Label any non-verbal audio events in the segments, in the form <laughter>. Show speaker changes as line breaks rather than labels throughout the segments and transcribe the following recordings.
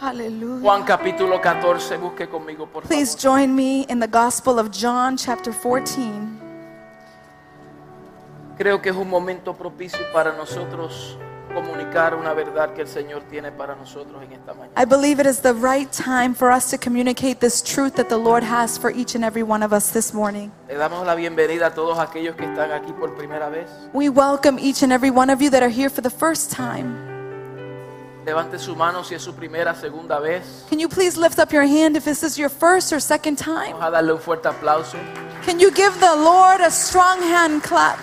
Hallelujah.
Juan capítulo 14, busque conmigo por favor.
Please join me in the Gospel of John, chapter 14.
Creo que es un momento propicio para nosotros comunicar una verdad que el Señor tiene para nosotros en esta mañana.
I believe it is the right time for us to communicate this truth that the Lord has for each and every one of us this morning.
Le damos la bienvenida a todos aquellos que están aquí por primera vez.
We welcome each and every one of you that are here for the first time.
Levante su mano si es su primera, segunda vez.
Can you please lift up your hand if this is your first or second time?
Vamos a darle un fuerte aplauso.
Can you give the Lord a strong hand clap?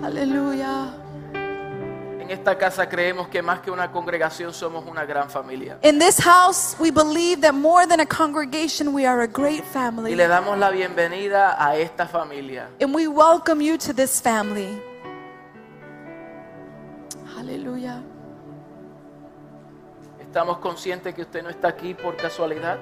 Hallelujah.
En esta casa creemos que más que una congregación somos una gran familia.
In this house, we believe that more than a congregation, we are a great
Y
family.
le damos la bienvenida a esta familia.
And we welcome you to this family. Hallelujah.
Estamos conscientes que usted no está aquí por casualidad,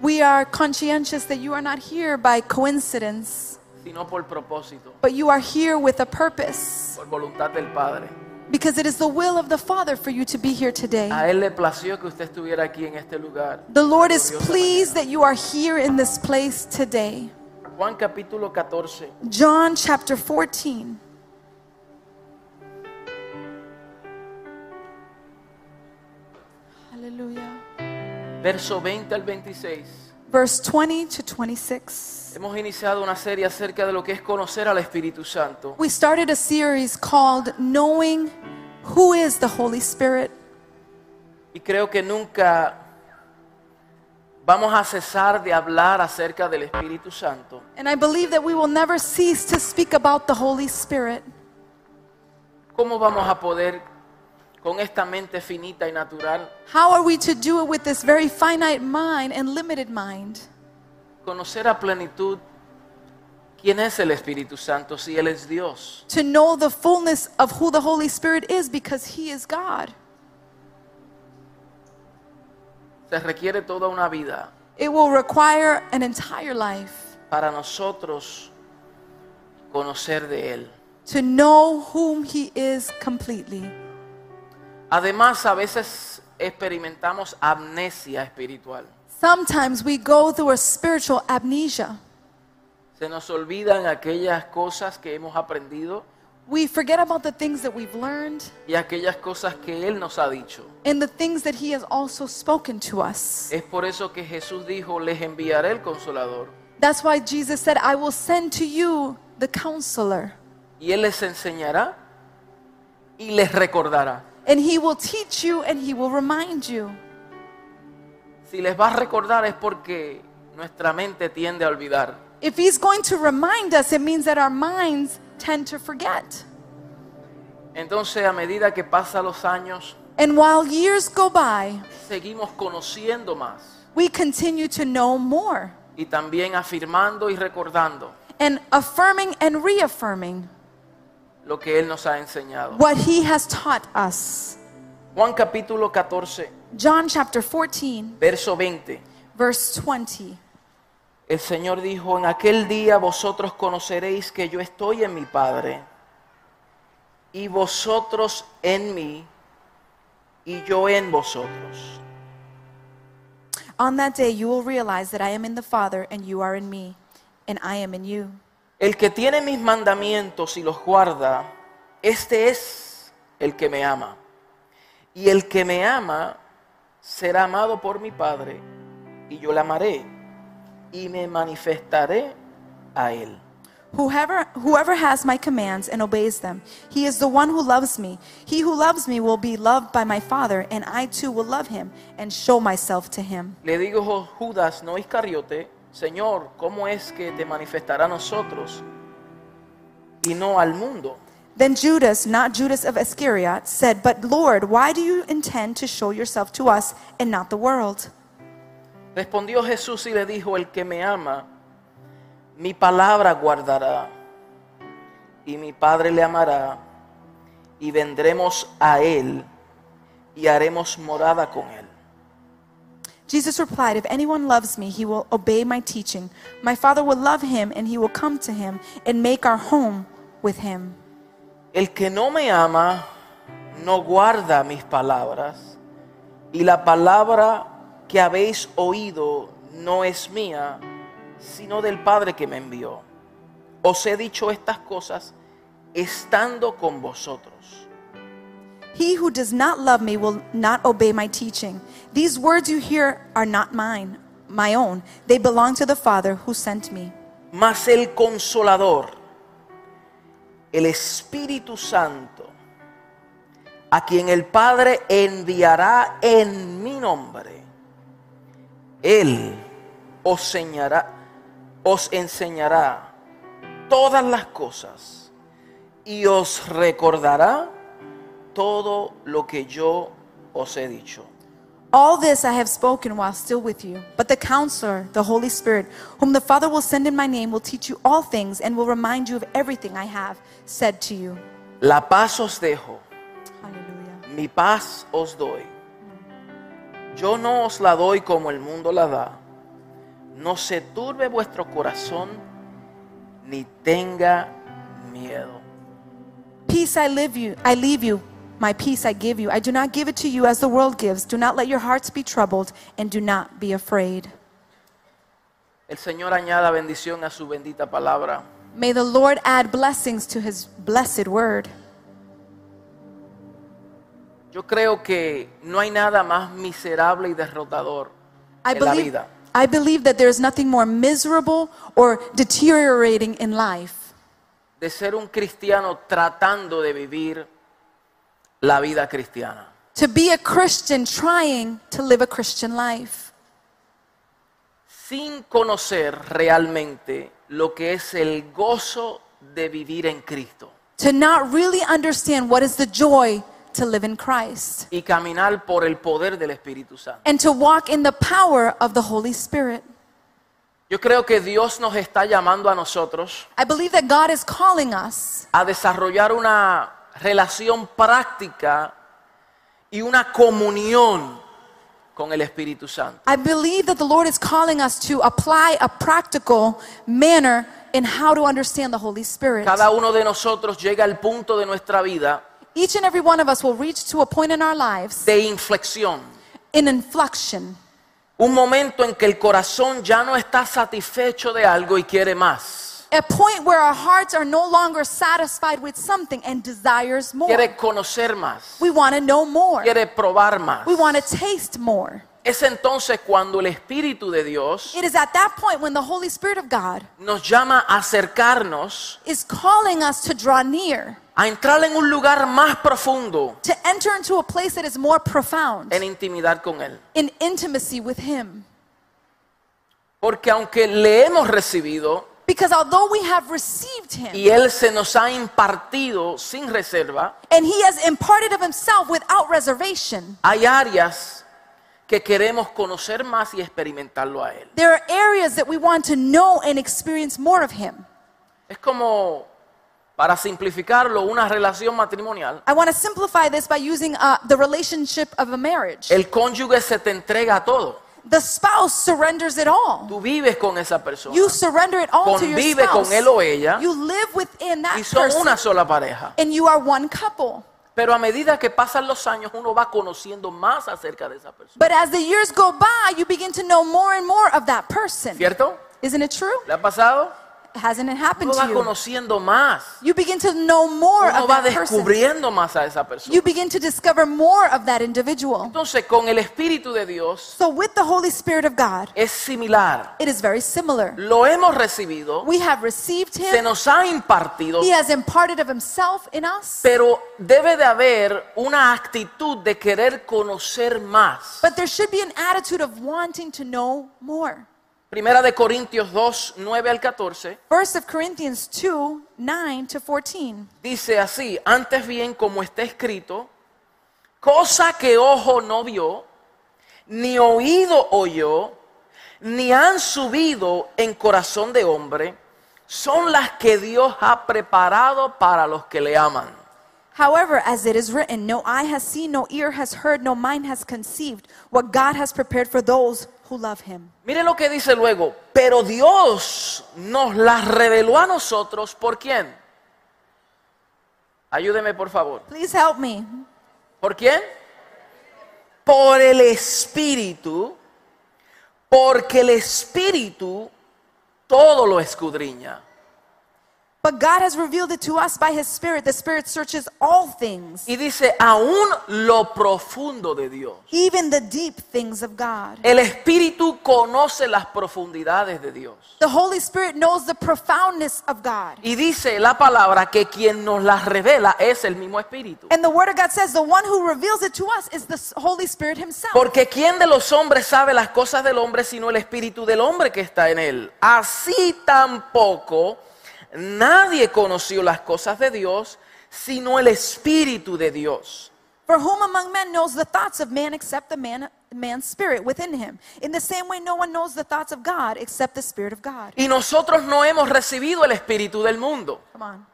We are conscientious that you are not here by coincidence,
sino por propósito,
but you are here with a purpose
por voluntad del Padre.
because it is the will of the Father for you to be here today.
A Él le plació que usted estuviera aquí en este lugar.
The Lord is pleased that you are here in this place today.
Juan capítulo 14.
John chapter 14. Hallelujah.
verso 20 al 26.
Verse 20 to 26.
Hemos iniciado una serie acerca de lo que es conocer al Espíritu Santo.
We started a series called Knowing Who is the Holy Spirit.
Y creo que nunca vamos a cesar de hablar acerca del Espíritu Santo.
And I believe that we will never cease to speak about the Holy Spirit.
¿Cómo vamos a poder, con esta mente finita y natural,
How are we to do it with this very finite mind and limited mind?
conocer a plenitud quién es el Espíritu Santo si Él es Dios?
To know the fullness of who the Holy Spirit is because He is God.
Se requiere toda una vida
It will require an entire life
para nosotros conocer de Él.
to know whom He is completely.
Además, a veces experimentamos amnesia espiritual.
Sometimes we go through a spiritual amnesia.
Se nos olvidan aquellas cosas que hemos aprendido
We forget about the things that we've learned
y aquellas cosas que Él nos ha dicho.
and the things that He has also spoken to us.
Es por eso que Jesús dijo, les enviaré el consolador.
That's why Jesus said, I will send to you the counselor,
Y Él les enseñará y les recordará.
and He will teach you and He will remind you.
Si les va a recordar es porque nuestra mente tiende a olvidar.
If He's going to remind us, it means that our minds tend to forget.
Entonces, a medida que pasan los años,
And while years go by,
seguimos conociendo más
we continue to know more.
y también afirmando y recordando
and affirming and reaffirming
lo que Él nos ha enseñado.
what he has taught us.
Juan capítulo 14,
John chapter 14,
verso 20.
verse 20.
El Señor dijo, en aquel día vosotros conoceréis que yo estoy en mi Padre, y vosotros en mí, y yo en vosotros.
On that day you will realize that I am in the Father, and you are in me, and I am in you.
El que tiene mis mandamientos y los guarda, este es el que me ama. Y el que me ama será amado por mi Padre, y yo le amaré, y me manifestaré a él.
Whoever, whoever has my commands and obeys them, he is the one who loves me. He who loves me will be loved by my Father, and I too will love him and show myself to him.
Le digo jo- Judas, no Iscariote, Señor, ¿cómo es que te manifestará a nosotros y no al mundo?
Then Judas, not Judas of Iscariot, said, But Lord, why do you intend to show yourself to us and not the world?
Respondió Jesús y le dijo, el que me ama, mi palabra guardará y mi Padre le amará y vendremos a él y haremos morada con él.
Jesus replied, If anyone loves me, he will obey my teaching. My Father will love him, and he will come to him and make our home with him.
El que no me ama, no guarda mis palabras, y la palabra que habéis oído no es mía, sino del Padre que me envió. Os he dicho estas cosas estando con vosotros.
He who does not love me will not obey my teaching. These words you hear are not mine, my own. They belong to the Father who sent me.
Mas el consolador, el Espíritu Santo, a quien el Padre enviará en mi nombre, Él os enseñará, os enseñará todas las cosas y os recordará todo lo que yo os he dicho.
All this I have spoken while still with you. But the counselor, the Holy Spirit, whom the Father will send in my name, will teach you all things and will remind you of everything I have said to you.
La paz os dejo,
Hallelujah.
mi paz os doy. Yo no os la doy como el mundo la da. No se turbe vuestro corazón ni tenga miedo.
Peace I live you, I leave you. My peace I give you. I do not give it to you as the world gives. Do not let your hearts be troubled and do not be afraid.
El Señor añada bendición a su bendita palabra.
May the Lord add blessings to his blessed word.
Yo creo que no hay nada más miserable y derrotador
I
en la
believe
vida
I believe that there is nothing more miserable or deteriorating in life
de ser un cristiano tratando de vivir la vida cristiana.
to be a Christian trying to live a Christian life
sin conocer realmente lo que es el gozo de vivir en Cristo
to not really understand what is the joy to live in Christ
y caminar por el poder del Espíritu Santo.
and to walk in the power of the Holy Spirit.
Yo creo que Dios nos está llamando a nosotros
I believe that God is calling us
a desarrollar una relación práctica y una comunión con el Espíritu Santo.
I believe that the Lord is calling us to apply a practical manner in how to understand the Holy Spirit.
Cada uno de nosotros llega al punto de nuestra vida
Each and every one of us will reach to a point in our lives,
de inflexión,
an inflection,
un momento en que el corazón ya no está satisfecho de algo y quiere más.
a point where our hearts are no longer satisfied with something and desires more.
quiere conocer más,
We want to know more.
quiere probar más.
We want to taste more.
Es entonces cuando el Espíritu de Dios
It is at that point when the Holy Spirit of God
nos llama a acercarnos,
is calling us to draw near,
a entrar en un lugar más profundo,
to enter into a place that is more profound
en intimidad con Él.
in intimacy with Him.
Porque aunque le hemos recibido
Because although we have received Him
y Él se nos ha impartido sin reserva,
and He has imparted of Himself without reservation,
hay áreas que queremos conocer más y experimentarlo a Él.
there are areas that we want to know and experience more of Him.
Es como, para simplificarlo, una relación matrimonial.
I want to simplify this by using uh, the relationship of a marriage.
El cónyuge se te entrega a todo.
The spouse surrenders it all.
Tú vives con esa persona.
You surrender it all to your
Convive con
spouse.
él o ella
You live within that
y son
person
una sola pareja.
and you are one couple.
Pero a medida que pasan los años, uno va conociendo más acerca de esa persona.
But as the years go by, you begin to know more and more of that person.
¿Cierto?
Isn't it true?
¿Le ha pasado?
Hasn't it happened
Uno
to
va
you?
conociendo más.
You begin to know more
Uno
of
va
that person.
descubriendo más a esa persona.
You begin to discover more of that individual.
Entonces, con el Espíritu de Dios
So, with the Holy Spirit of God,
es similar.
it is very similar.
Lo hemos recibido,
We have received
se
Him,
nos ha impartido,
He has imparted of Himself in us,
pero debe de haber una actitud de querer conocer más.
but there should be an attitude of wanting to know more.
Primera de Corintios 2, 9 al 14.
First of Corinthians 2 9 to 14.
Dice así, antes bien como está escrito, cosa que ojo no vio, ni oído oyó, ni han subido en corazón de hombre, son las que Dios ha preparado para los que le aman.
However, as it is written, no eye has seen, no ear has heard, no mind has conceived what God has prepared for those who love Him.
Mire lo que dice luego, pero Dios nos las reveló a nosotros, ¿por quién? Ayúdeme por favor.
Please help me.
¿Por quién? Por el Espíritu, porque el Espíritu todo lo escudriña.
But God has revealed it to us by His Spirit. The Spirit searches all things,
Y dice, aún lo profundo de Dios.
even the deep things of God.
El Espíritu conoce las profundidades de Dios.
The Holy Spirit knows the profoundness of God.
Y dice la palabra que quien nos las revela es el mismo Espíritu.
And the Word of God says the one who reveals it to us is the S- Holy Spirit Himself.
Porque ¿quién de los hombres sabe las cosas del hombre sino el espíritu del hombre que está en él? Así tampoco nadie conoció las cosas de Dios sino el espíritu de Dios.
For whom among men knows the thoughts of man except the man, man's spirit within him? In the same way, no one knows the thoughts of God except the Spirit of God.
Y nosotros no hemos recibido el espíritu del mundo,
Come on.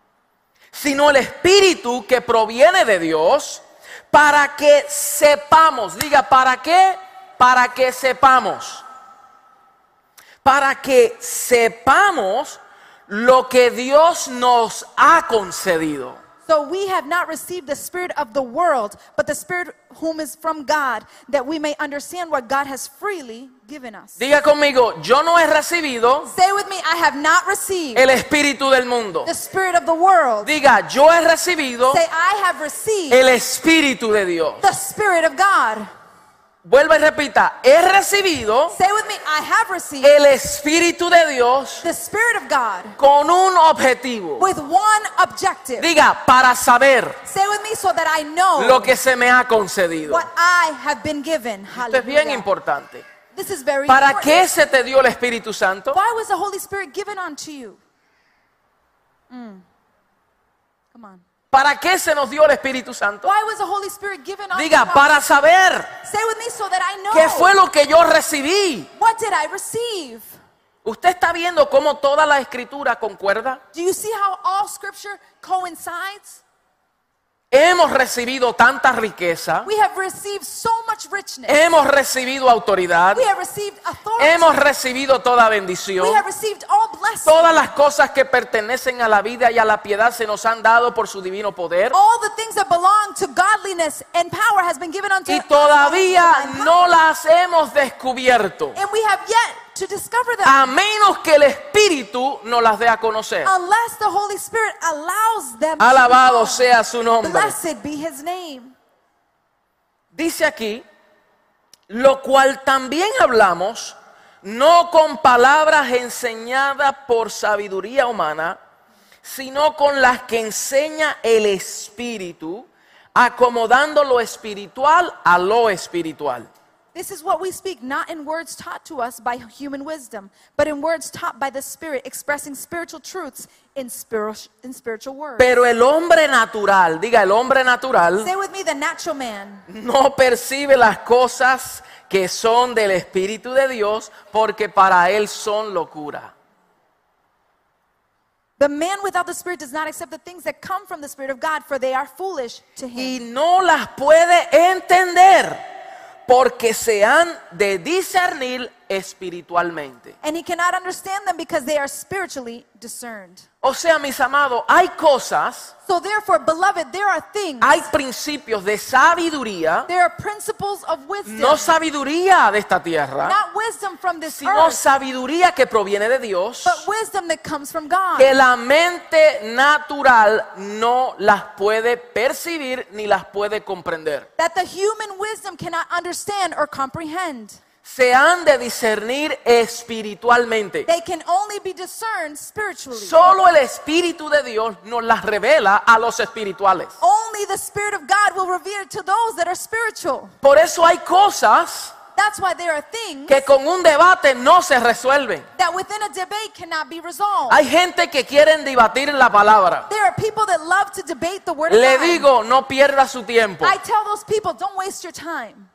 sino el espíritu que proviene de Dios para que sepamos. Diga, ¿para qué? Para que sepamos. Para que sepamos lo que Dios nos ha concedido.
So we have not received the spirit of the world, but the spirit whom is from God, that we may understand what God has freely given us.
Diga conmigo, yo no he recibido
Say with me, I have not received
el espíritu del mundo.
the spirit of the world.
Diga, yo he recibido
Say, I have received
el espíritu de Dios.
the spirit of God.
Vuelva y repita, he recibido
Say with me, I have received
el espíritu de Dios
the spirit of God
con un objetivo.
with one objective.
Diga, para saber
Say with me so that I know
lo que se me ha concedido.
Oh. what I have been given.
Esto es bien
Hallelujah.
importante.
This is very
¿Para
important.
qué se te dio el Espíritu Santo?
Why was the Holy Spirit given unto you? Mm. Come on.
¿Para qué se nos dio el Espíritu Santo?
Why was the Holy Spirit given unto
Diga,
us?
para saber
Say with me so that I know.
qué fue lo que yo recibí.
What did I receive?
¿Usted está viendo cómo toda la escritura concuerda?
Do you see how all scripture coincides?
Hemos recibido tanta riqueza,
We have received so much richness.
hemos recibido autoridad,
we have received authority.
hemos recibido toda
we
bendición.
have received all blessings.
Todas las cosas que pertenecen a la vida y a la piedad se nos han dado por su divino poder
all the things that belong to godliness and power has been given unto
y
us by
todavía
divine power.
no las hemos descubierto,
And we have yet to discover them
a menos que el Espíritu nos las dé a conocer.
unless the Holy Spirit allows them to be known.
Alabado sea su nombre.
Blessed be his name.
Dice aquí, lo cual también hablamos, no con palabras enseñadas por sabiduría humana, sino con las que enseña el Espíritu, acomodando lo espiritual a lo espiritual.
This is what we speak, not in words taught to us by human wisdom, but in words taught by the Spirit, expressing spiritual truths in, spirit, in spiritual words.
Pero el hombre natural, diga el hombre natural,
Say with me, the natural man.
no percibe las cosas que son del Espíritu de Dios, porque para él son locura.
The man without the Spirit does not accept the things that come from the Spirit of God, for they are foolish to
y
him.
no las puede entender porque se han de discernir espiritualmente.
And he cannot understand them because they are spiritually discerned.
O sea, mis amados, hay cosas,
So, therefore, beloved, there are things,
hay principios de sabiduría,
there are principles of wisdom,
no sabiduría de esta tierra,
not wisdom from this
sino
earth,
sabiduría que proviene de Dios,
but wisdom that comes from God.
que la mente natural no las puede percibir ni las puede comprender.
that the human wisdom cannot understand or comprehend.
Se han de discernir espiritualmente.
They can only be discerned spiritually.
Solo el Espíritu de Dios nos las revela a los espirituales.
only the Spirit of God will reveal it to those that are spiritual.
Por eso hay cosas
That's why there are things
que con un debate no se resuelven.
that within a debate cannot be resolved.
Hay gente que quieren debatir la palabra.
there are people that love to debate the Word of
Le
God.
digo, no pierda su tiempo.
I tell those people, don't waste your time.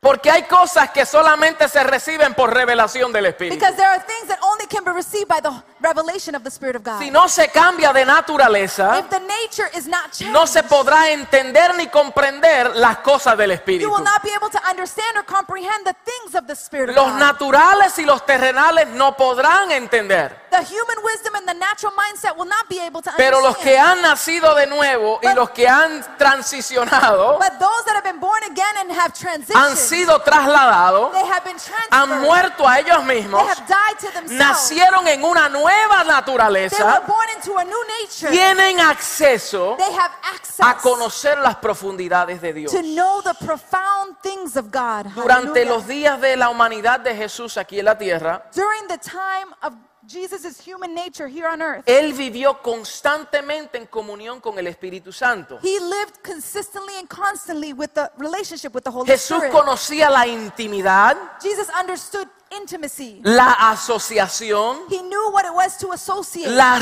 Porque hay cosas que solamente se reciben por revelación del Espíritu.
Because there are things that only can be received by the revelation of the Spirit of God.
Si no se cambia de naturaleza,
if the nature is not changed,
no se podrá entender ni comprender las cosas del
you
Espíritu.
will not be able to understand or comprehend the things of the Spirit of
Los
God.
naturales y los terrenales no podrán entender.
The human wisdom and the natural mindset will not be able to
Pero los que
understand.
han nacido de nuevo y los que han transicionado
but those that have been born again and have transitioned,
han sido trasladados,
they have been transferred,
han muerto a ellos
they
mismos,
have died to themselves,
nacieron en una nueva
they were
naturaleza,
born into a new nature,
tienen acceso
they have access
a conocer las profundidades de Dios.
to know the profound things of God.
Durante
Hallelujah.
los días de la humanidad de Jesús aquí en la tierra,
During the time of Jesus' human nature here on earth,
Él vivió constantemente en comunión con el Espíritu Santo.
he lived consistently and constantly with the relationship with the Holy
Jesús
Spirit.
conocía la intimidad,
Jesus understood intimacy.
la asociación,
He knew what it was to associate.
la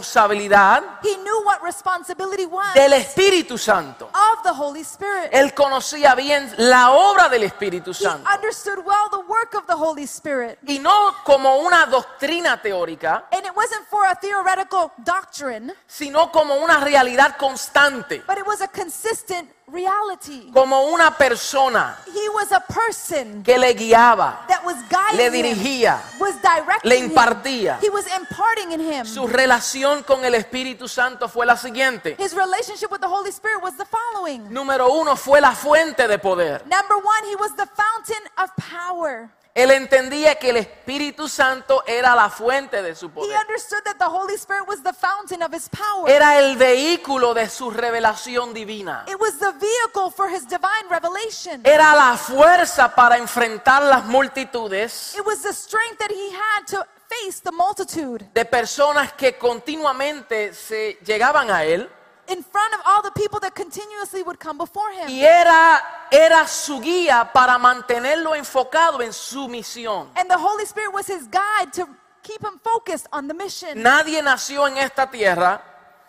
responsabilidad
he knew what responsibility was
del Espíritu Santo.
of the Holy Spirit.
Él conocía bien la obra del Espíritu
he
Santo.
understood well the work of the Holy Spirit.
Y no como una doctrina teórica,
And it wasn't for a theoretical doctrine,
sino como una realidad constante,
but it was a consistent reality.
como una persona
He was a person
que le guiaba,
that was guiding
le
him.
dirigía,
was directing
le impartía.
him. He was imparting in him.
Su relación con el Espíritu Santo fue la siguiente.
His relationship with the Holy Spirit was the following.
Número uno fue la fuente de poder.
Number one, he was the fountain of power.
Él entendía que el Espíritu Santo era la fuente de su
He
poder.
understood that the Holy Spirit was the fountain of his power.
Era el vehículo de su revelación divina.
it was the vehicle for his divine revelation.
Era la fuerza para enfrentar las multitudes
it was the strength that he had to face the multitude
de personas que continuamente se llegaban a él
in front of all the people that continuously would come before him.
y era era su guía para mantenerlo enfocado en su misión.
and the Holy Spirit was his guide to keep him focused on the mission.
Nadie nació en esta tierra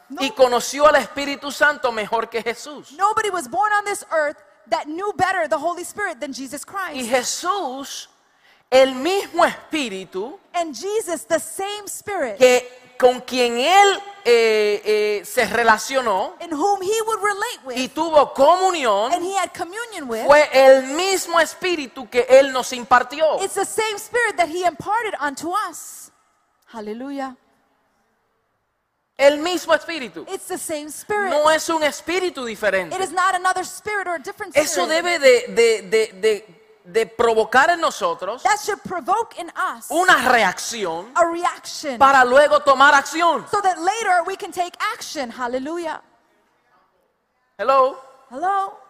y conoció al Espíritu Santo mejor que Jesús.
Nobody was born on this earth that knew better the Holy Spirit than Jesus
Y
Christ.
Jesús, el mismo Espíritu
And Jesus, the same Spirit
que con quien él eh, eh, se relacionó
in whom he would relate
y
with
tuvo comunión,
and he had communion with,
fue el mismo espíritu que él nos impartió.
it's the same Spirit that he imparted unto us. Hallelujah.
El mismo espíritu.
It's the same Spirit.
No es un espíritu
It
diferente.
is not another Spirit or a different Spirit.
Eso debe de, de- de- de- de provocar en nosotros
that should provoke in us
una reacción
a reaction
para luego tomar acción.
so that later we can take action. Hallelujah.
Hello.
Hello?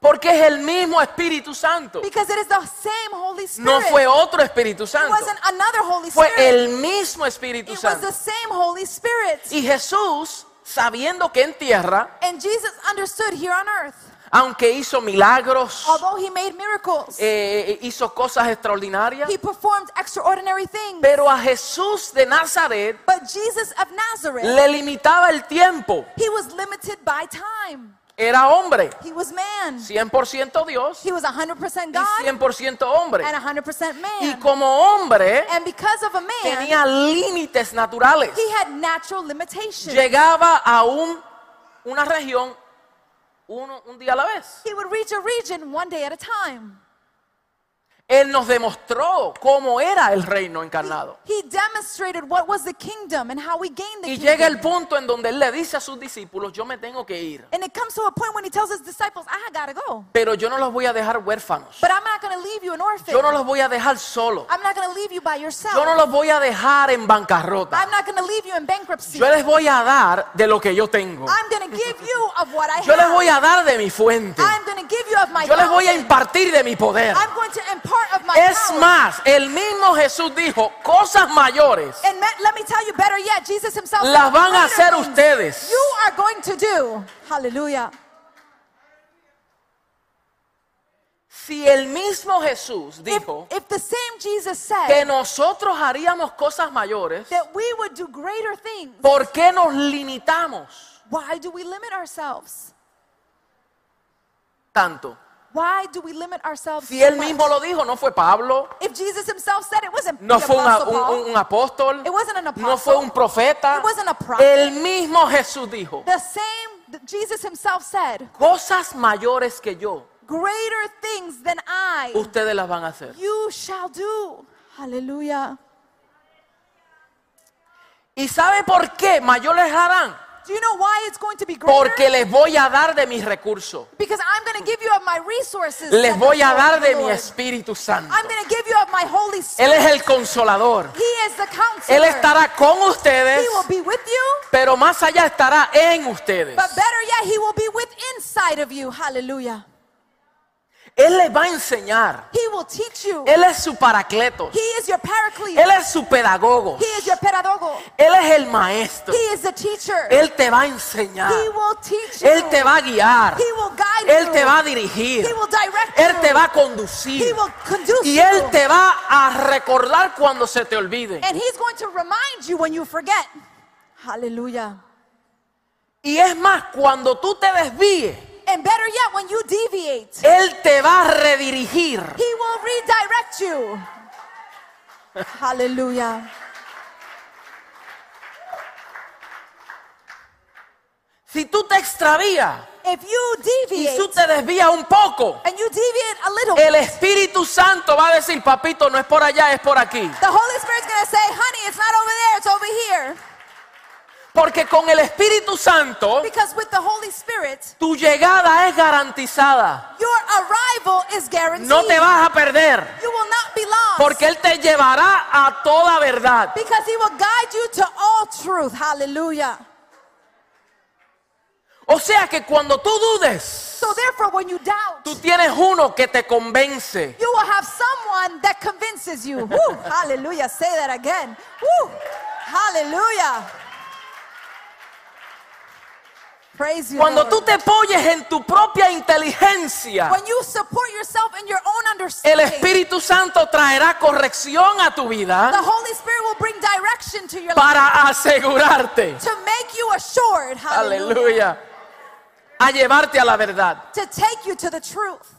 Porque es el mismo Espíritu Santo.
Because it is the same Holy Spirit.
No fue otro Espíritu
it
Santo.
wasn't another Holy
Fue
Spirit.
el mismo Espíritu
It was
Santo.
the same Holy Spirit.
Y Jesús, sabiendo que en tierra,
And Jesus understood here on earth,
aunque hizo milagros,
although he made miracles,
eh, hizo cosas extraordinarias,
he performed extraordinary things.
pero a Jesús de Nazaret
But Jesus of Nazareth,
le limitaba el tiempo.
he was limited by time.
Era hombre,
He was man.
100% Dios
He was 100%
y
God
100% hombre.
and 100%
Y
man.
como hombre
And because of a man,
tenía límites naturales.
he had natural limitations.
Llegaba a un- una región uno, un día a la vez.
He would reach a region one day at a time.
Él nos demostró cómo era el reino encarnado.
He demonstrated what was the kingdom and how we gained the
Y llega el
kingdom.
punto en donde él le dice a sus discípulos, yo me tengo que ir,
And it comes to a point when he tells his disciples, "Ah, I gotta go.
pero yo no los voy a dejar huérfanos.
But I'm not gonna leave you an orphan.
Yo no los voy a dejar solos.
I'm not going to leave you by yourself.
Yo no los voy a dejar en bancarrota.
I'm not going to leave you in bankruptcy.
Yo les voy a dar de lo que yo tengo.
I'm going to give you of what I
Yo les
have.
voy a dar de mi fuente.
I'm going to give you of my
Yo les voy a
fountain.
impartir de mi poder.
I'm going to impart of my
Es
power.
más, el mismo Jesús dijo, cosas mayores
And let, let me tell you better yet, Jesus himself
las
said,
van a
"Greater
hacer
things
ustedes.
You are going to do. Hallelujah.
Si el mismo Jesús
If,
dijo
if the same Jesus said
que nosotros haríamos cosas mayores,
that we would do greater things,
¿por qué nos limitamos
why do we limit ourselves
tanto?
Why do we limit ourselves
Si
so
él
much?
mismo lo dijo, no fue Pablo,
If Jesus himself said it wasn't
no
the
fue una-
Apostle
un,
Paul,
un- un apóstol,
It wasn't an apostle.
no fue un profeta.
It wasn't a prophet.
El mismo Jesús dijo,
the same that Jesus himself said,
cosas mayores que yo,
greater things than I
ustedes las van a hacer.
you shall do. Hallelujah.
¿Y sabe por qué mayores harán?
Do you know why it's going to be greater?
Porque les voy a dar de mis recursos.
because I'm going to give you of my resources.
Les
said the
voy a
Lord,
dar
the
de mi
Lord.
Espíritu Santo.
I'm going to give you of my Holy
Él
Spirit.
es el consolador.
he is the counselor.
Él estará con ustedes,
he will be with you,
pero más allá estará en ustedes.
but better yet, he will be with inside of you. Hallelujah.
Él les va a enseñar.
He will teach you.
Él es su paracleto.
he is your paraclete.
Él es su pedagogo.
he is your pedagogo.
Él es el maestro.
He is the teacher.
Él te va a enseñar.
he will teach you.
Él te va a guiar.
he will guide
Él
you.
te va a dirigir.
he will direct
Él
you.
te va a
he
conducir.
will conduce
Y
you.
Él te va a recordar cuando se te olvide.
And he's going to remind you when you forget. Hallelujah.
Y es más, cuando tú te desvíes,
And better yet, when you deviate,
Él te va a redirigir.
he will redirect you. Hallelujah.
Si tú te extravías
If you
y
deviate
tú te desvías un poco,
and you deviate a little,
el Espíritu Santo va a decir, papito, no es por allá, es por aquí.
the Holy Spirit's going to say, honey, it's not over there, it's over here.
Porque con el Espíritu Santo,
Because with the Holy Spirit,
tu llegada es garantizada.
your arrival is guaranteed.
No te vas a perder.
You will not be lost.
Porque Él te llevará a toda verdad.
because he will guide you to all truth. Hallelujah.
O sea que cuando tú dudes,
So therefore, when you doubt,
tú tienes uno que te convence.
You will have someone that convinces
<laughs>
you. Woo, hallelujah. Say that again. Woo, hallelujah. Praise you.
Cuando
Lord.
tú te apoyes en tu propia inteligencia,
when you support yourself in your own
el
understanding,
Espíritu Santo traerá corrección a tu
the
vida
Holy Spirit will bring direction to your life
para asegurarte,
to make you assured, hallelujah,
aleluya, a llevarte a la verdad.
to take you to the truth.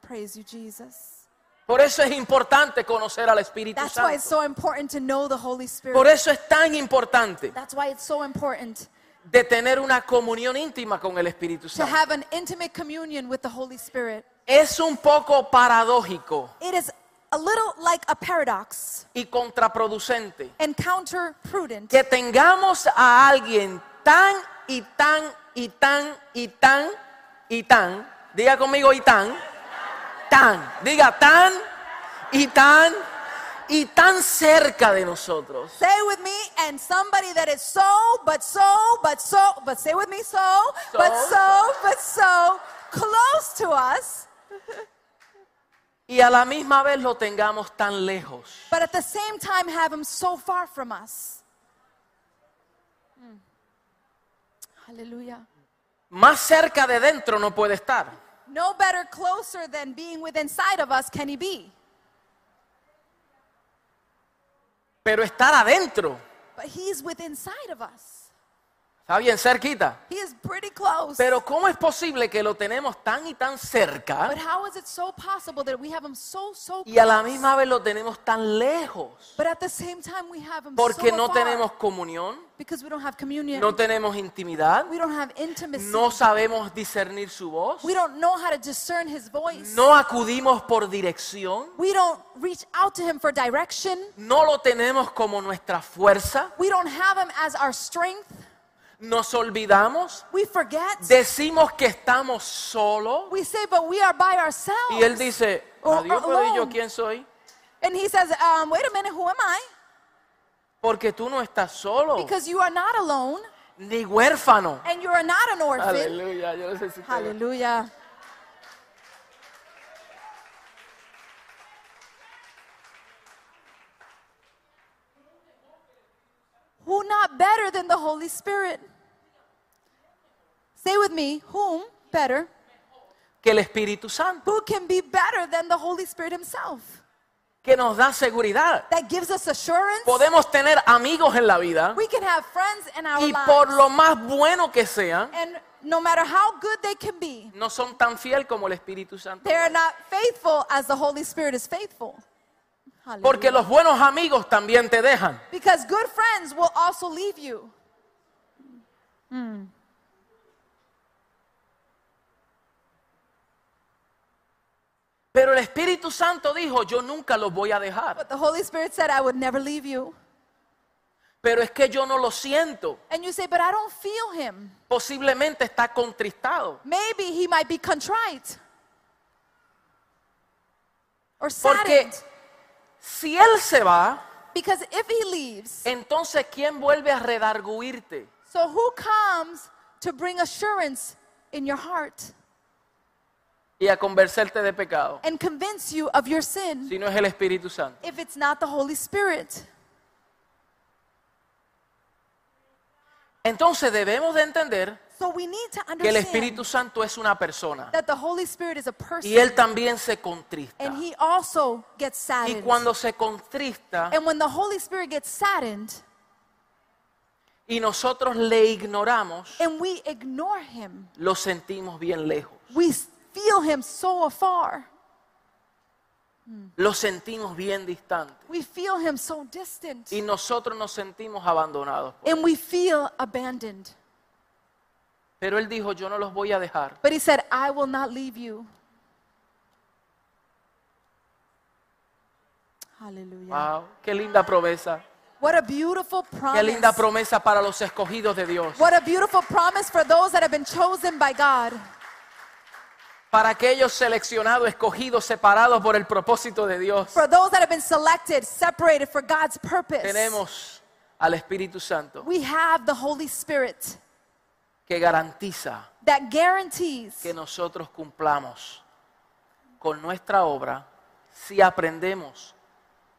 Praise you, Jesus.
Por eso es importante conocer al Espíritu
That's why it's
Santo.
so important to know the Holy Spirit.
Por eso es tan importante
That's why it's so important
de tener una comunión íntima con el Espíritu
to
Santo.
have an intimate communion with the Holy Spirit.
Es un poco paradójico
It is a little like a paradox
y contraproducente
and counterprudent
que tengamos a alguien tan y tan y tan y tan y tan, diga conmigo y tan, tan, diga tan y tan y tan cerca de nosotros
Say with me, and somebody that is so, but so, but so, but say with me, so,
So,
but so, but so close to us,
y a la misma vez lo tengamos tan lejos.
but at the same time have him so far from us. Hmm. Hallelujah.
Más cerca de dentro no puede estar.
No better closer than being within sight of us can he be.
Pero estar adentro,
But he's within sight of us.
está bien cerquita.
He is pretty close.
Pero ¿cómo es posible que lo tenemos tan y tan cerca
But how is it so possible that we have him so, so
Ah. y a la
close?
misma vez lo tenemos tan lejos?
But at the same time, we have him
Porque
so
no
far
tenemos comunión,
because we don't have communion.
no tenemos intimidad,
we don't have intimacy.
no sabemos discernir su voz,
we don't know how to discern his voice.
no acudimos por dirección,
We don't reach out to him for direction.
no lo tenemos como nuestra fuerza,
We don't have him as our strength.
nos olvidamos,
We forget.
decimos que estamos solos
we say, but we are by
y él
ourselves.
dice,
O-
adiós, pero ¿y yo
alone.
quién soy?
and he says, um, wait a minute, who am I?
Porque tú no estás solo,
Because you are not alone
ni huérfano.
and you are not an orphan.
Aleluya, yo no sé si ustedes-
Hallelujah. Who not better than the Holy Spirit? Say with me, whom better?
que el Espíritu Santo,
Who can be better than the Holy Spirit Himself?
que nos da seguridad.
That gives us assurance.
Podemos tener amigos en la vida
We can have friends in our
y
lives.
por lo más bueno que sean,
and no matter how good they can be,
no son tan fiel como el Espíritu Santo.
they are not faithful as the Holy Spirit is faithful.
Porque
Hallelujah.
los buenos amigos también te dejan.
Because good friends will also leave you.
Pero el Espíritu Santo dijo, yo nunca los voy a dejar.
But the Holy Spirit said, I would never leave you.
Pero es que yo no lo siento.
And you say, but I don't feel him.
Posiblemente está contristado.
Maybe he might be contrite or saddened.
Porque si Él se va,
because if he leaves,
entonces ¿quién vuelve a redarguirte?
so who comes to bring assurance in your heart
y a convencerte de pecado,
and convince you of your sin
si no es el Espíritu Santo.
if it's not the Holy Spirit?
Entonces debemos de entender
So we need to
que
understand
el Espíritu Santo es una persona
that the Holy Spirit is a person
y él también se contrista.
and he also gets
Y
saddened.
cuando se contrista
and when the Holy Spirit gets saddened
y nosotros le ignoramos,
and we ignore him,
lo sentimos bien lejos,
we s- feel him so afar.
lo sentimos bien distante
We feel him so distant.
y nosotros nos sentimos abandonados.
and we feel abandoned.
Pero él dijo, yo no los voy a dejar.
But he said, I will not leave you. Hallelujah.
Wow, qué linda promesa,
What a beautiful
Ah. qué
promise.
linda promesa para los escogidos de Dios,
what a beautiful promise for those that have been chosen by God.
para aquellos seleccionados, escogidos, separados por el propósito de Dios.
For those that have been selected, separated for God's purpose.
tenemos al Espíritu Santo
we have the Holy Spirit
que garantiza
that guarantees
que nosotros cumplamos con nuestra obra si aprendemos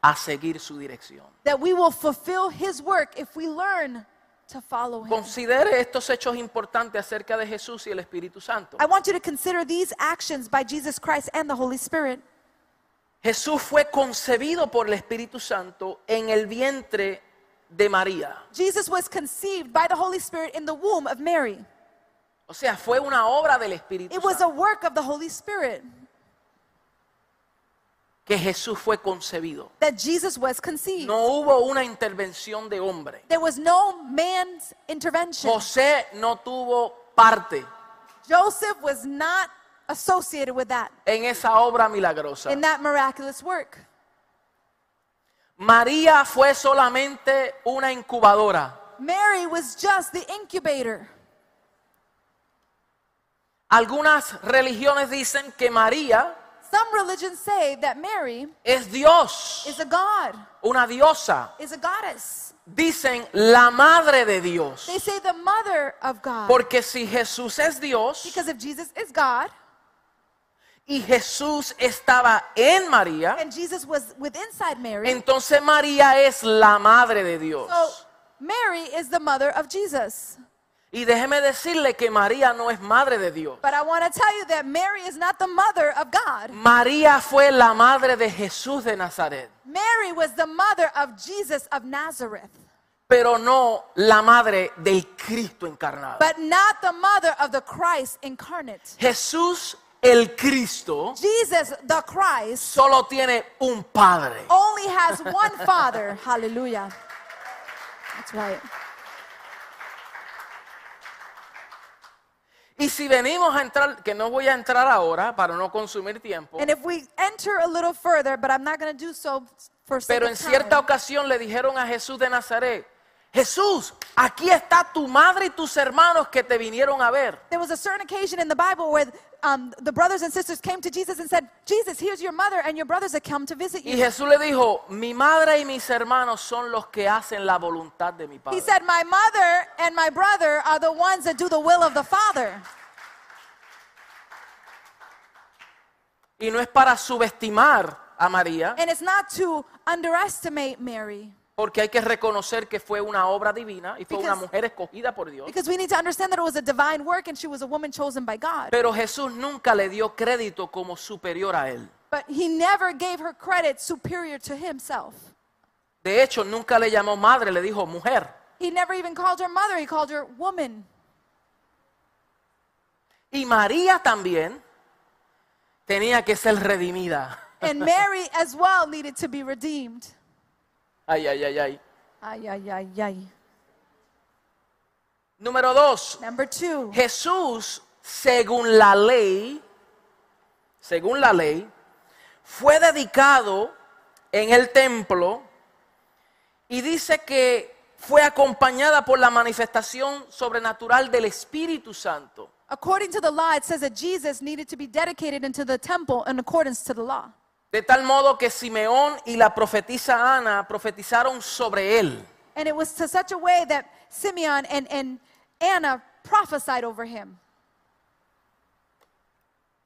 a seguir su dirección.
that we will fulfill his work if we learn to follow him.
Considere estos hechos importantes acerca de Jesús y el Espíritu Santo.
I want you to consider these actions by Jesus Christ and the Holy Spirit.
Jesús fue concebido por el Espíritu Santo en el vientre de María.
Jesus was conceived by the Holy Spirit in the womb of Mary.
O sea, fue una obra del Espíritu
It was a
Santo
work of the Holy Spirit
que Jesús fue concebido.
that Jesus was conceived.
No hubo una intervención de hombre.
There was no man's intervention.
José no tuvo parte
Joseph was not associated with that
en esa obra milagrosa.
in that miraculous work.
María fue solamente una incubadora.
Mary was just the incubator.
Algunas religiones dicen que María
Some religions say that Mary
es Dios,
is a god,
una diosa.
is a goddess.
Dicen la madre de Dios.
They say the mother of God.
Porque si Jesús es Dios
Because if Jesus is God
y Jesús estaba en María,
and Jesus was with inside Mary,
entonces María es la madre de Dios.
So Mary is the mother of Jesus.
Y déjeme decirle que María no es madre de Dios.
But I want to tell you that Mary is not the mother of God.
María fue la madre de Jesús de Nazaret,
Mary was the mother of Jesus of Nazareth,
pero no la madre del Cristo encarnado.
but not the mother of the Christ incarnate.
Jesús el Cristo
Jesus the Christ
solo tiene un Padre.
only has one
<laughs>
father. Hallelujah. That's right.
Y si venimos a entrar, que no voy a entrar ahora para no consumir tiempo,
And if we enter a little further, but I'm not going to do so for sake
pero
of
en cierta
time.
ocasión le dijeron a Jesús de Nazaret, Jesús, aquí está tu madre y tus hermanos que te vinieron a ver.
There was a certain occasion in the Bible where um, the brothers and sisters came to Jesus and said, Jesus, here's your mother and your brothers that come to visit you.
Y Jesús le dijo, mi madre y mis hermanos son los que hacen la voluntad de mi
He
Padre.
said, My mother and my brother are the ones that do the will of the Father.
Y no es para subestimar a María,
And it's not to underestimate Mary
porque hay que reconocer que fue una obra divina y fue una
Because-
mujer escogida por Dios.
because we need to understand that it was a divine work and she was a woman chosen by God.
Pero Jesús nunca le dio crédito como superior a él.
But he never gave her credit superior to himself.
De hecho, nunca le llamó madre, le dijo mujer.
He never even called her mother, he called her woman.
Y María también tenía que ser redimida.
And Mary as well needed to be redeemed.
Ay, ay, ay, ay.
Ay, ay, ay, ay.
Número dos,
Number two,
Jesús, según la ley, según la ley, fue dedicado en el templo y dice que fue acompañada por la manifestación sobrenatural del Espíritu Santo.
according to the law, it says that Jesus needed to be dedicated into the temple in accordance to the law.
De tal modo que Simeón y la profetisa Ana profetizaron sobre él.
And it was to such a way that Simeon and, and Anna prophesied over him.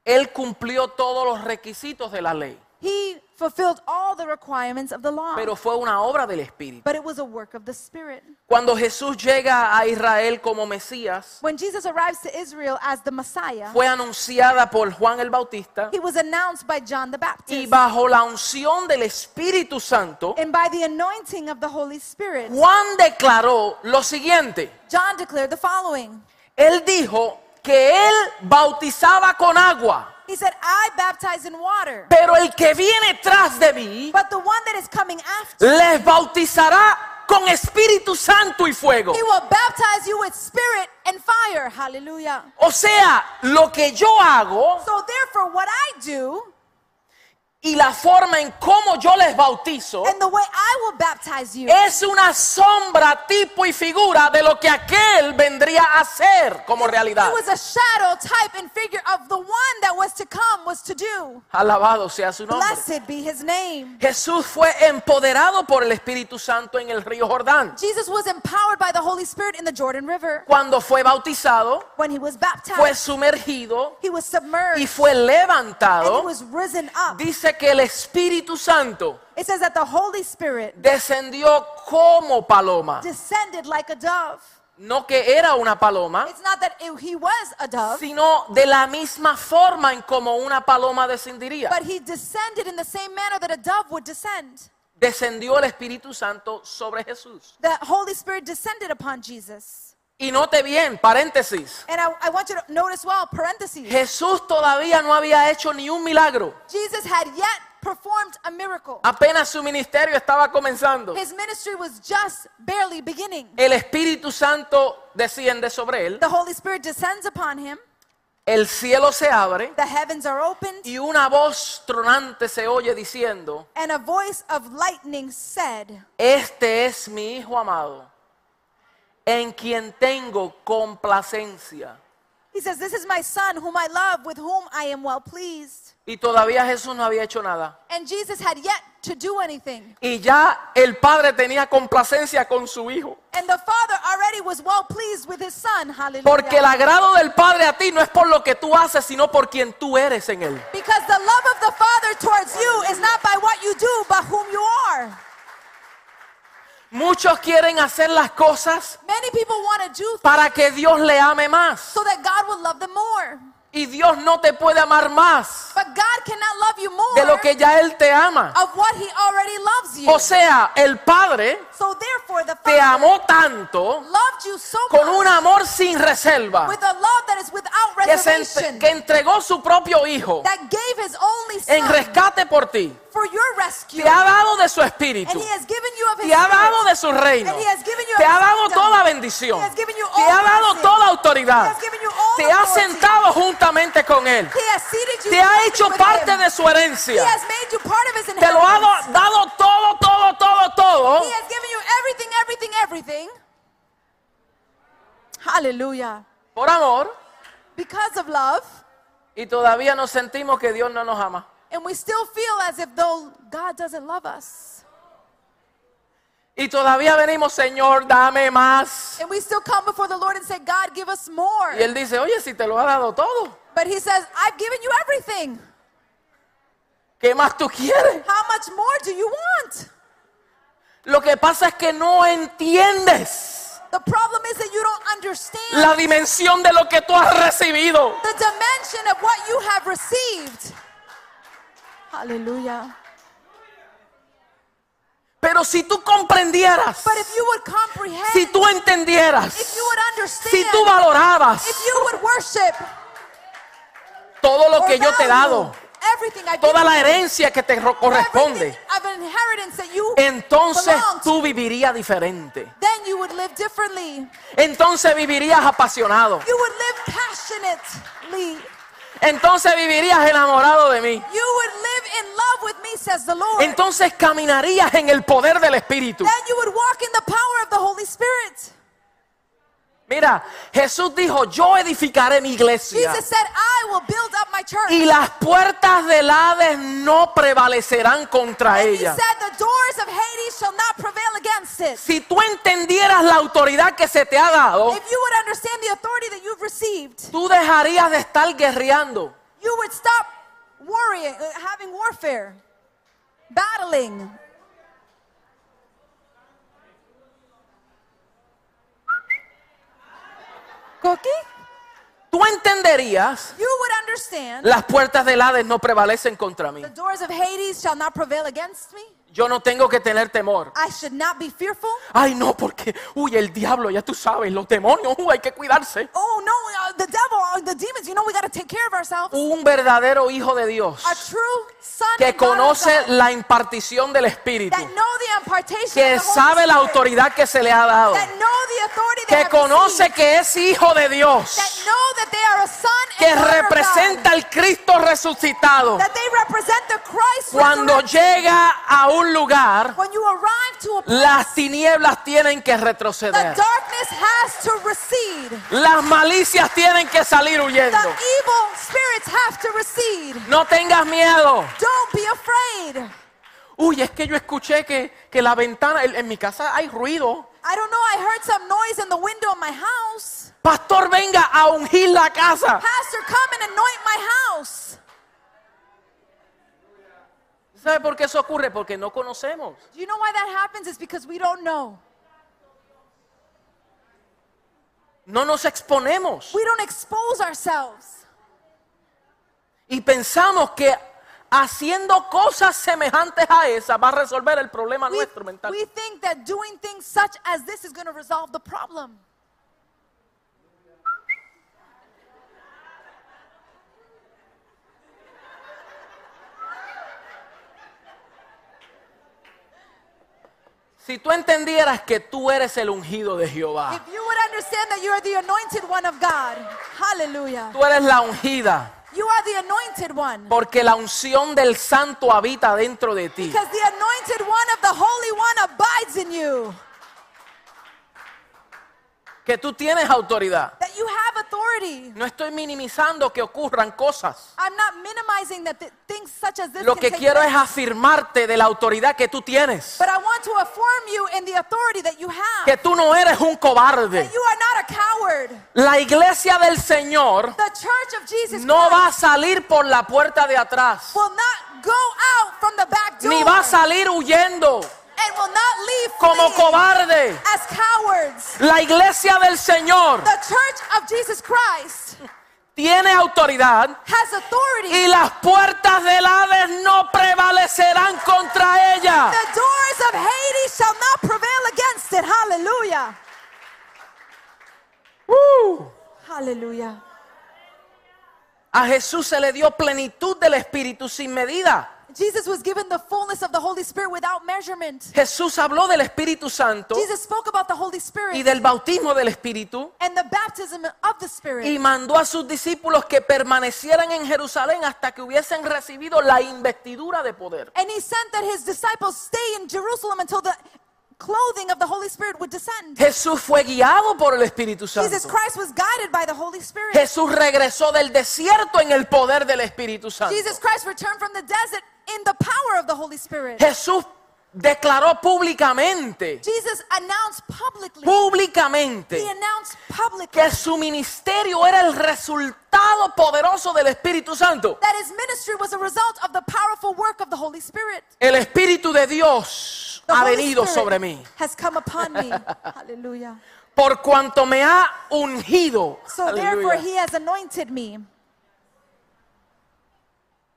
Él cumplió todos los requisitos de la ley,
He fulfilled all the requirements of the law,
pero fue una obra del Espíritu.
but it was a work of the Spirit.
Cuando Jesús llega a Israel como Mesías,
When Jesus arrives to Israel as the Messiah,
fue anunciada por Juan el Bautista
he was announced by John the
y
Baptist.
bajo la unción del Espíritu Santo,
And by the anointing of the Holy Spirit,
Juan declaró lo siguiente.
John declared the following
Él dijo que él bautizaba con agua,
He said, I baptize in water,
pero el que viene tras de mí
but the one that is coming after,
les bautizará con Espíritu Santo y fuego.
he will baptize you with spirit and fire. Hallelujah.
O sea, lo que yo hago
So, therefore, what I do
y la forma en cómo yo les bautizo
and the way I will baptize you
es una sombra, tipo y figura de lo que aquel vendría a ser como realidad.
It was a shadow, type, and figure of the one that was to come, was to do.
Alabado sea su nombre.
Blessed be his name.
Jesús fue empoderado por el Espíritu Santo en el río Jordán.
Jesus was empowered by the Holy Spirit in the Jordan River.
Cuando fue bautizado,
When he was
fue
baptized,
sumergido
he was
y
submerged
fue
and he
levantado.
was risen up.
Dice que el Espíritu Santo
It says that the Holy Spirit
descendió como paloma.
descended like a dove.
No que era una paloma,
It's not that it- he was a dove,
sino de la misma forma en como una paloma descendiría.
but he descended in the same manner that a dove would descend.
Descendió el Espíritu Santo sobre Jesús.
The Holy Spirit descended upon Jesus.
Y note bien, paréntesis,
And I, I want you to notice well, parentheses.
Jesús todavía no había hecho ni un milagro.
Jesus had yet performed a miracle.
Apenas su ministerio estaba comenzando.
His ministry was just barely beginning.
El Espíritu Santo desciende sobre él,
The Holy Spirit descends upon him,
el cielo se abre
the heavens are opened,
y una voz tronante se oye diciendo,
and a voice of lightning said,
este es mi Hijo amado, en quien tengo complacencia.
He says, This is my son whom I love, with whom I am well pleased.
Y todavía Jesús no había hecho nada.
And Jesus had yet to do anything.
Y ya el Padre tenía complacencia con su Hijo.
And the Father already was well pleased with his son. Hallelujah.
Porque el agrado del Padre a ti no es por lo que tú haces, sino por quien tú eres en Él.
because the love of the Father towards you is not by what you do, but whom you are.
Muchos quieren hacer las cosas
Many people want to do things
para que Dios le ame más.
so that God will love them more.
Y Dios no te puede amar más
But God cannot love you more
de lo que ya Él te ama.
of what He already loves you.
O sea, el Padre
so therefore, the
te
Father
amó tanto
loved you so
con
much
un amor sin reserva
with a love that is without
que, se entre-
reservation,
que entregó su propio Hijo
that gave His only
en
Son
rescate por ti.
for your rescue,
Te ha dado de su
and
espíritu.
He has given you of His
Te ha dado
Spirit.
de su reino.
And he has given you
Te ha dado
wisdom.
toda bendición.
He has given you
Te
all
ha dado
blessing.
toda
He
autoridad.
has given you all
Te ha
authority.
sentado juntamente con Él.
He has seated you
Te ha
company
hecho
with
parte
him.
de su
He
herencia.
has made you part of His
Te lo ha
inheritance.
do- dado todo, todo, todo, todo.
He has given you everything, everything, everything. Hallelujah.
Por amor.
Because of love,
Y todavía nos sentimos que Dios no nos ama.
and we still feel as if though God doesn't love us.
Y todavía venimos, Señor, dame más.
And we still come before the Lord and say, God, give us more.
Y Él dice, oye, si te lo ha dado todo,
But He says, I've given you everything.
¿qué más tú quieres?
How much more do you want?
Lo que pasa es que no entiendes
The problem is that you don't understand
la dimensión de lo que tú has recibido.
the dimension of what you have received. Hallelujah.
Pero si tú comprendieras,
But if you would comprehend,
si tú
if you would
entendieras,
understand,
si tú valoraras
if you would worship
todo lo
or
que yo te he dado,
value everything I've
toda
given you,
la herencia que te ro- corresponde,
everything of an inheritance that you
entonces
belong to,
tú vivirías diferente.
then you would live differently.
Entonces vivirías apasionado.
You would live passionately.
Entonces vivirías enamorado de mí.
You would live in love with me, says the Lord.
Entonces caminarías en el poder del Espíritu.
then you would walk in the power of the Holy Spirit.
Mira, Jesús dijo, yo edificaré mi iglesia.
Jesus said, I will build up my church.
Y las puertas del Hades no prevalecerán contra
and he
ella.
said, the doors of Hades shall not prevail against it.
Si tú entendieras la autoridad que se te ha dado,
If you would understand the authority that you've received,
tú dejarías de estar guerreando.
you would stop worrying, uh, having warfare, battling. Cookie?
Tú entenderías,
You would understand.
las puertas del Hades no prevalecen contra mí.
The doors of Hades shall not prevail against me.
Yo no tengo que tener temor.
I should not be fearful.
Ay, no, porque, uy, el diablo, ya tú sabes, los demonios, uy, hay que cuidarse.
Oh no, uh, the devil, uh, the demons, you know we got to take care of ourselves.
Un verdadero hijo de Dios
A true son
que
and daughter of
conoce
God
la impartición del Espíritu,
that know the impartation
que
of the Holy
sabe la
Spirit,
autoridad que se le ha dado,
that know the authority they
que
have
conoce
received,
que es hijo de
that
Dios,
know that they are a son
que
and daughter of God,
representa al Cristo resucitado.
that they represent the Christ
Cuando
resurrected.
llega a un lugar,
when you arrive to a place,
las tinieblas tienen que
the
retroceder.
darkness has to recede.
Las malicias tienen que salir
The
huyendo.
evil spirits have to recede.
No tengas miedo.
Don't be afraid.
Uy, es que yo escuché que, que la ventana, en, en mi casa hay ruido.
I don't know, I heard some noise in the window of my house.
Pastor, venga a ungir la casa.
Pastor, come and anoint my house.
¿Sabe por qué eso ocurre? Porque no conocemos.
Do you know why that happens? It's because we don't know.
No nos exponemos.
We don't expose ourselves.
Y pensamos que haciendo cosas semejantes a esa va a resolver el problema
We,
nuestro mental.
we think that doing things such as this is going to resolve the problem.
Si tú entendieras que tú eres el ungido de Jehová,
If you would understand that you are the anointed one of God, hallelujah.
tú eres la ungida,
You are the anointed one.
porque la unción del santo habita dentro de ti.
Because the anointed one of the Holy One abides in you.
Que tú tienes autoridad.
That you have authority.
No estoy minimizando que ocurran cosas.
I'm not minimizing that th- things such as this
Lo
can
que
take
quiero
place.
es afirmarte de la autoridad que tú tienes.
But I want to affirm you in the authority that you have.
Que tú no eres un cobarde.
that you are not a coward.
La iglesia del Señor
The church of Jesus
no va a
Christ
salir por la puerta de atrás,
will not go out from the back door
ni va a salir huyendo
and will not leave
como
fleeing
cobarde.
as cowards.
La iglesia del Señor
The church of Jesus Christ
tiene autoridad
has authority.
y las puertas del Hades no prevalecerán contra ella.
The doors of Hades shall not prevail against it. Hallelujah.
¡Uh!
Hallelujah.
A Jesús se le dio plenitud del Espíritu sin medida.
Jesus was given the fullness of the Holy Spirit without measurement.
Jesús habló del Espíritu Santo
Jesus spoke about the Holy
y
Spirit
del bautismo del Espíritu
and the baptism of the Spirit.
y mandó a sus discípulos que permanecieran en Jerusalén hasta que hubiesen recibido la investidura de poder.
And he sent that his disciples stay in Jerusalem until the clothing of the Holy Spirit would descend.
Jesús fue guiado por el Espíritu
Jesus
Santo.
Christ was guided by the Holy Spirit.
Jesús regresó del desierto en el poder del Espíritu Santo.
Jesus Christ returned from the desert in the power of the Holy Spirit.
Jesús declaró públicamente,
Jesus announced publicly, he
públicamente,
announced publicly
que su ministerio era el resultado poderoso del Espíritu Santo.
that his ministry was a result of the powerful work of the Holy Spirit.
El Espíritu de Dios
The
ha
Holy
venido
Spirit
sobre mí.
Has come upon
<laughs>
me. Hallelujah.
Por cuanto me ha ungido.
So
Aleluya.
therefore he has anointed me.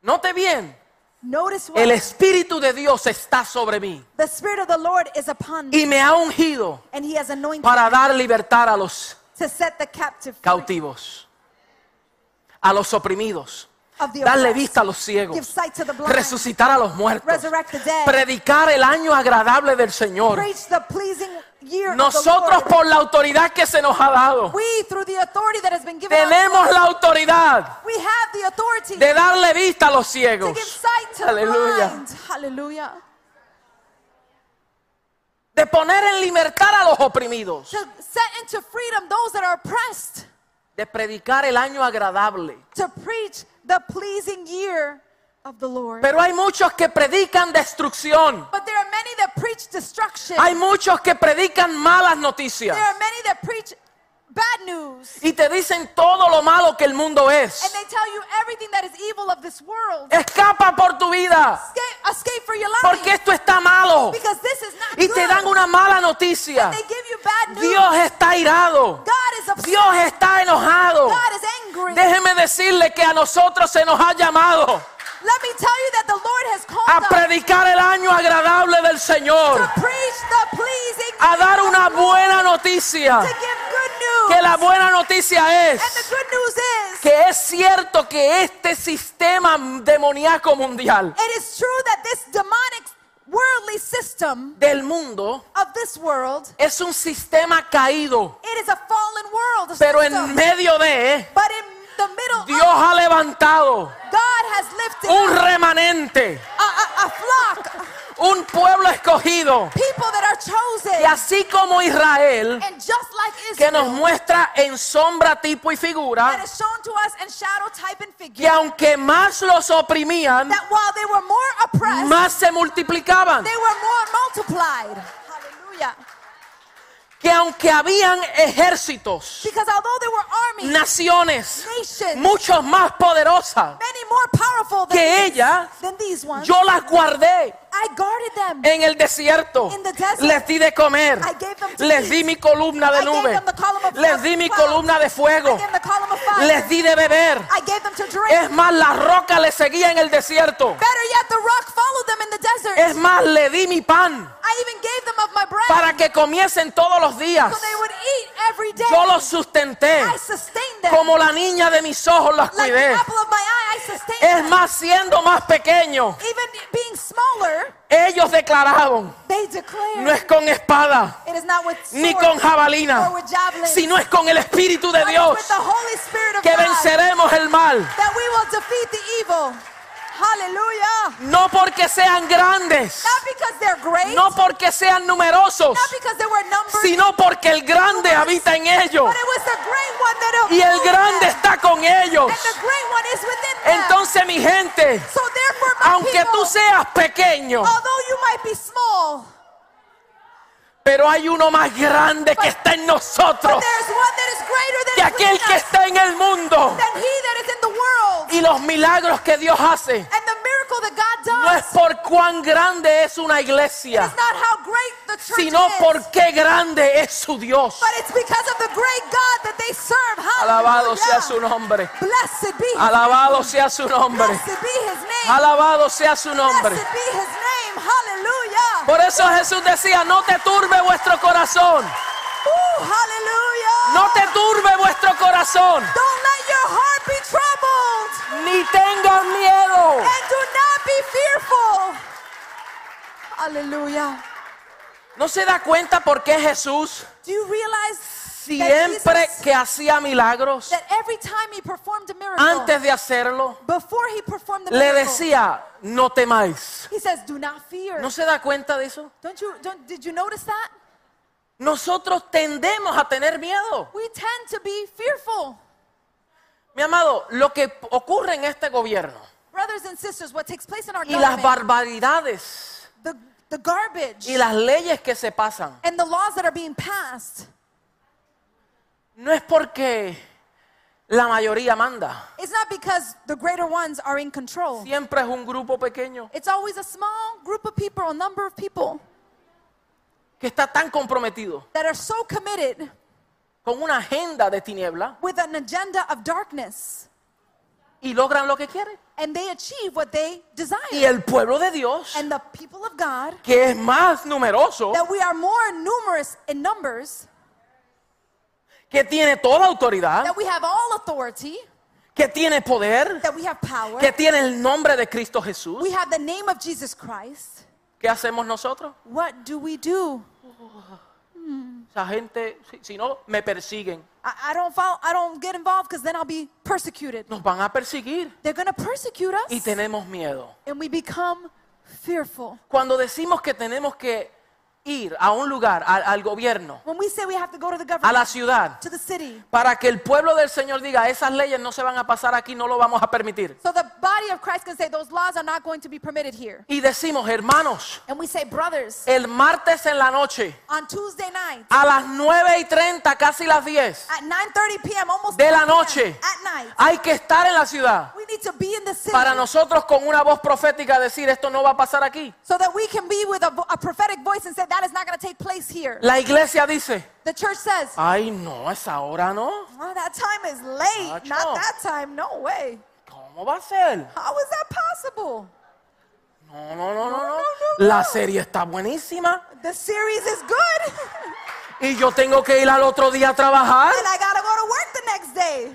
Note bien,
Notice what
el Espíritu de Dios está sobre mí
the Spirit of the Lord is upon me
y me ha ungido
and he has anointed
para dar libertad a los
to set the captive free.
cautivos, a los oprimidos,
of the
darle
oppressed,
vista a los ciegos,
give sight to the blind,
resucitar a los muertos,
resurrect the dead,
predicar el año agradable del Señor.
preach the pleasing year
Nosotros
of the Lord.
por la autoridad que se nos ha dado,
We through the authority that has been given us,
tenemos la autoridad
we have the authority
de darle vista a los
to
ciegos,
give sight to
Aleluya.
the blind. Hallelujah.
de poner en libertad a los oprimidos,
To set into freedom those that are oppressed.
de predicar el año agradable.
To preach the pleasing year of the Lord.
Pero hay muchos que predican destrucción.
but there are many that preach destruction.
Hay muchos que predican malas
there
noticias
are many that preach bad news.
y te dicen todo lo malo que el mundo
And
es.
they tell you everything that is evil of this world.
Escapa por tu vida
Escape, escape for your life.
porque esto está malo
because this is not
y
good.
te dan una mala noticia.
they give you bad news.
Dios está irado.
God is upset.
Dios está enojado.
God is angry.
Déjeme decirle que a nosotros se nos ha llamado
Let me tell you that the Lord has
a
called us
predicar el año agradable del Señor,
to preach the pleasing
a
year
dar
of
una
the Lord.
buena noticia.
to give good news.
Que la buena noticia
and the
es
good news is,
que es cierto que este sistema demoníaco mundial
it is true that this demonic worldly system
del mundo
of this world,
es un sistema caído,
it is a fallen world. a
pero en
system.
medio de
but in the middle
Dios Oh.
of
ha levantado
God has lifted
un
up
remanente,
a, a, a flock,
un pueblo escogido,
people that are chosen.
y así como Israel,
And just like
que nos
Israel,
muestra en sombra, tipo y
that
figura,
is shown to us in shadow, type, and
que
figure,
aunque más los oprimían,
that while they were more oppressed,
más se multiplicaban,
they were more multiplied. Hallelujah.
que aunque habían ejércitos,
Because although there were armies,
naciones,
nations,
muchos más poderosas.
many more powerful than,
Que
these,
ellas,
than these ones.
Yo las guardé
I guarded them.
en el desierto.
In the desert.
Les di de comer.
I gave them to
Les
eat.
di mi columna
I
de
gave
nube.
them the column of
Les di mi
fire.
columna de fuego.
I gave them the column of fire.
Les di de beber.
I gave them to drink.
Es más, la roca les seguía en el desierto.
Better yet, the rock followed them in the desert.
Es más, le di mi pan
I even gave them of my bread
para que comiesen todos los días.
so they would eat every day.
Yo los sustenté.
I sustained them.
Como la niña de mis ojos las
like the
cuidé.
apple of my eye, I sustained
Es
them.
más, siendo más pequeños,
Even being smaller,
ellos declararon,
they declared
no es con espada,
it is not with sword,
ni con jabalina,
or with javelin,
sino es con el Espíritu de
but it's
Dios
with the Holy Spirit of
que
God,
venceremos el mal.
that we will defeat the evil. Hallelujah.
No porque sean grandes,
Not because they're great,
no porque sean numerosos,
not because they were numbers,
sino porque el grande habita en ellos
but it was the great one that
y el
upholds
grande
them,
está con ellos.
and the great one is within them.
Entonces mi gente,
so therefore, my
aunque
people,
tú seas pequeño,
although you might be small,
pero hay uno más grande que está en
but
nosotros
there is one that is greater than
que aquel
within
que
us,
está en el mundo.
than he that is in the world.
Y los milagros que Dios hace
And the miracle that God
no es
does
por cuán grande es una iglesia.
is not how great the church
sino
is,
porque grande es su Dios.
but it's because of the great God that they serve.
Alabado sea su
Hallelujah.
nombre.
Blessed be his
Alabado
name.
sea su nombre.
Blessed be his name.
Alabado sea su nombre.
Blessed be his name. Hallelujah.
Por eso Jesús decía, no te turbe vuestro corazón.
Ooh, hallelujah.
No te turbe vuestro
Don't
corazón.
let your heart be troubled
Ni tengas miedo.
and do not be fearful. Hallelujah.
¿No se da cuenta por qué Jesús
Do you realize that,
siempre
Jesus,
que hacía milagros,
that every time he performed a miracle,
antes de hacerlo,
before he performed the
le
miracle,
decía, no temáis?
he says, "Do not fear."
¿No se da cuenta de eso?
Don't you don't did you notice that?
Nosotros tendemos a tener miedo.
We tend to be fearful.
Mi amado, lo que p- ocurre en este gobierno
Brothers and sisters, what takes place in our
y las
government,
barbaridades
the, the garbage
y las leyes que se pasan
and the laws that are being passed
no es porque la mayoría manda.
it's not because the greater ones are in control.
Siempre es un grupo pequeño
It's always a small group of people, a number of people
que está tan comprometido
that are so committed
con una agenda de tiniebla
with an agenda of darkness
y logran lo que quieren.
and they achieve what they
Y
desire.
el pueblo de Dios,
And the people of God,
que es más numeroso,
that we are more numerous in numbers,
que tiene toda autoridad,
that we have all authority,
que tiene poder,
that we have power,
que tiene el nombre de Cristo Jesús.
we have the name of Jesus Christ,
¿Qué hacemos nosotros?
what do we do?
Esa gente, si, si no, me persiguen.
I, I don't follow, I don't get involved because then I'll be persecuted.
Nos van a perseguir
They're going to persecute
y
us,
tenemos miedo.
and we become fearful.
Cuando decimos que tenemos que ir a un lugar, al, al gobierno,
When we say we have to go to the
a
government,
la ciudad,
to the city,
para que el pueblo del Señor diga, esas leyes no se van a pasar aquí, no lo vamos a permitir.
so the body of Christ can say those laws are not going to be permitted here.
Y decimos, hermanos,
And we say, brothers,
el martes en la noche,
on Tuesday night
a las 9 y 30, casi las 10,
at 9:30 p.m. almost
De la
10
noche.
p.m., at night,
hay que estar en la ciudad
we need to be in the city
para nosotros con una voz profética decir, esto no va a pasar aquí.
so that we can be with a, vo- a prophetic voice and say that is not going to take place here.
La iglesia dice,
The church says,
ay no, a esa hora no.
"Oh, that time is late.
Macho.
Not that time. No way.
¿Cómo va a ser?
How is that possible?
No, no, no, no, no.
no, no.
La serie está buenísima
The series is good, <laughs>
y yo tengo que ir al otro día a trabajar,
and I got to go to work the next day.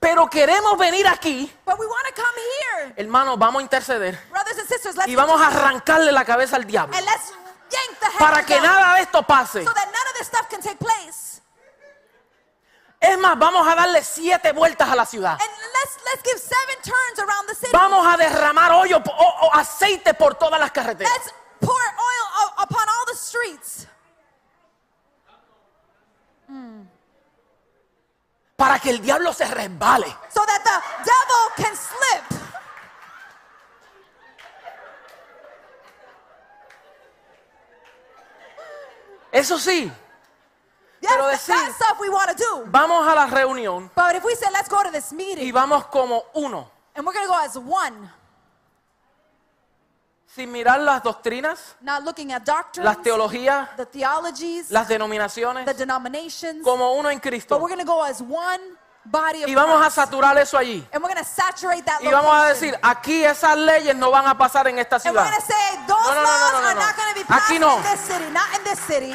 pero queremos venir aquí.
But we want to come here,
Hermanos, vamos a interceder
brothers and sisters. Let's
y vamos a arrancarle la cabeza al diablo
and let's yank the head
para que nada de esto pase.
so that none of this stuff can take place.
Es más, vamos a darle siete vueltas a la ciudad.
And let's let's give seven turns around the city.
Vamos a derramar hoyo po- o, o aceite por todas las carreteras.
Let's pour oil o- upon all the streets
Para que el diablo se resbale.
so that the devil can slip.
Eso sí,
Yes,
Pero
that's
decir-
that stuff we want to do.
vamos a la reunión
But if we say let's go to this meeting
y vamos como uno,
and we're gonna go as one,
sin mirar las doctrinas,
not looking at
las
doctrines,
teologías,
the theologies,
las
the
denominaciones,
denominations,
como uno en
but
Cristo.
we're gonna go as one body of
Y vamos a
Christ.
saturar eso allí.
and we're gonna saturate that
Y vamos a
location.
decir, aquí esas leyes no van a pasar en esta
and we're
ciudad.
gonna say those
No, no, no,
laws
no, no,
are
no.
not gonna be passed
Aquí no.
in this city, not in this city.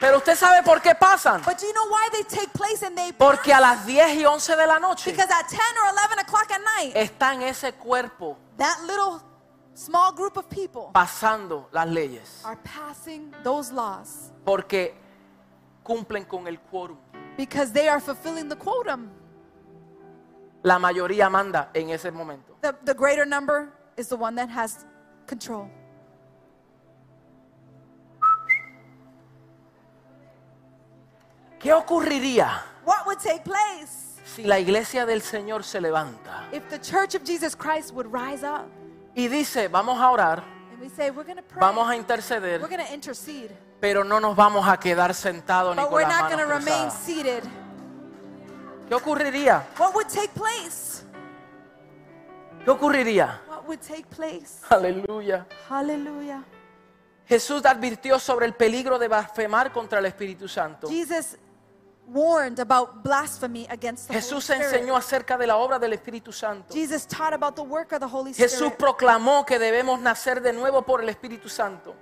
Pero usted sabe por qué pasan.
But do you know why they take place and they
Porque
pass?
a las 10 y 11 de la noche
because at 10 or 11 o'clock at night,
está en ese cuerpo
that little small group of people
pasando las leyes.
are passing those laws
Porque cumplen con el quórum.
because they are fulfilling the quotum.
La mayoría manda en ese momento.
The, the greater number is the one that has control.
¿Qué ocurriría
What would take place
si la iglesia del Señor se levanta
if the church of Jesus Christ would rise up
y dice, vamos a orar,
and we say, We're going to pray,
vamos a
we're
interceder,
going to intercede,
pero no nos vamos a quedar sentados ni
but
con
we're
las
not going
manos
to remain
cruzadas"?
seated?
¿Qué ocurriría?
What would take place?
¿Qué ocurriría?
What would take place?
Aleluya.
Hallelujah.
Jesús advirtió sobre el peligro de blasfemar contra el Espíritu Santo.
Jesus warned about blasphemy against the
Jesús
Holy Spirit.
enseñó acerca de la obra del Espíritu Santo.
Jesus taught about the work of the Holy
Jesús
Spirit.
proclamó que debemos nacer de nuevo por el Espíritu Santo.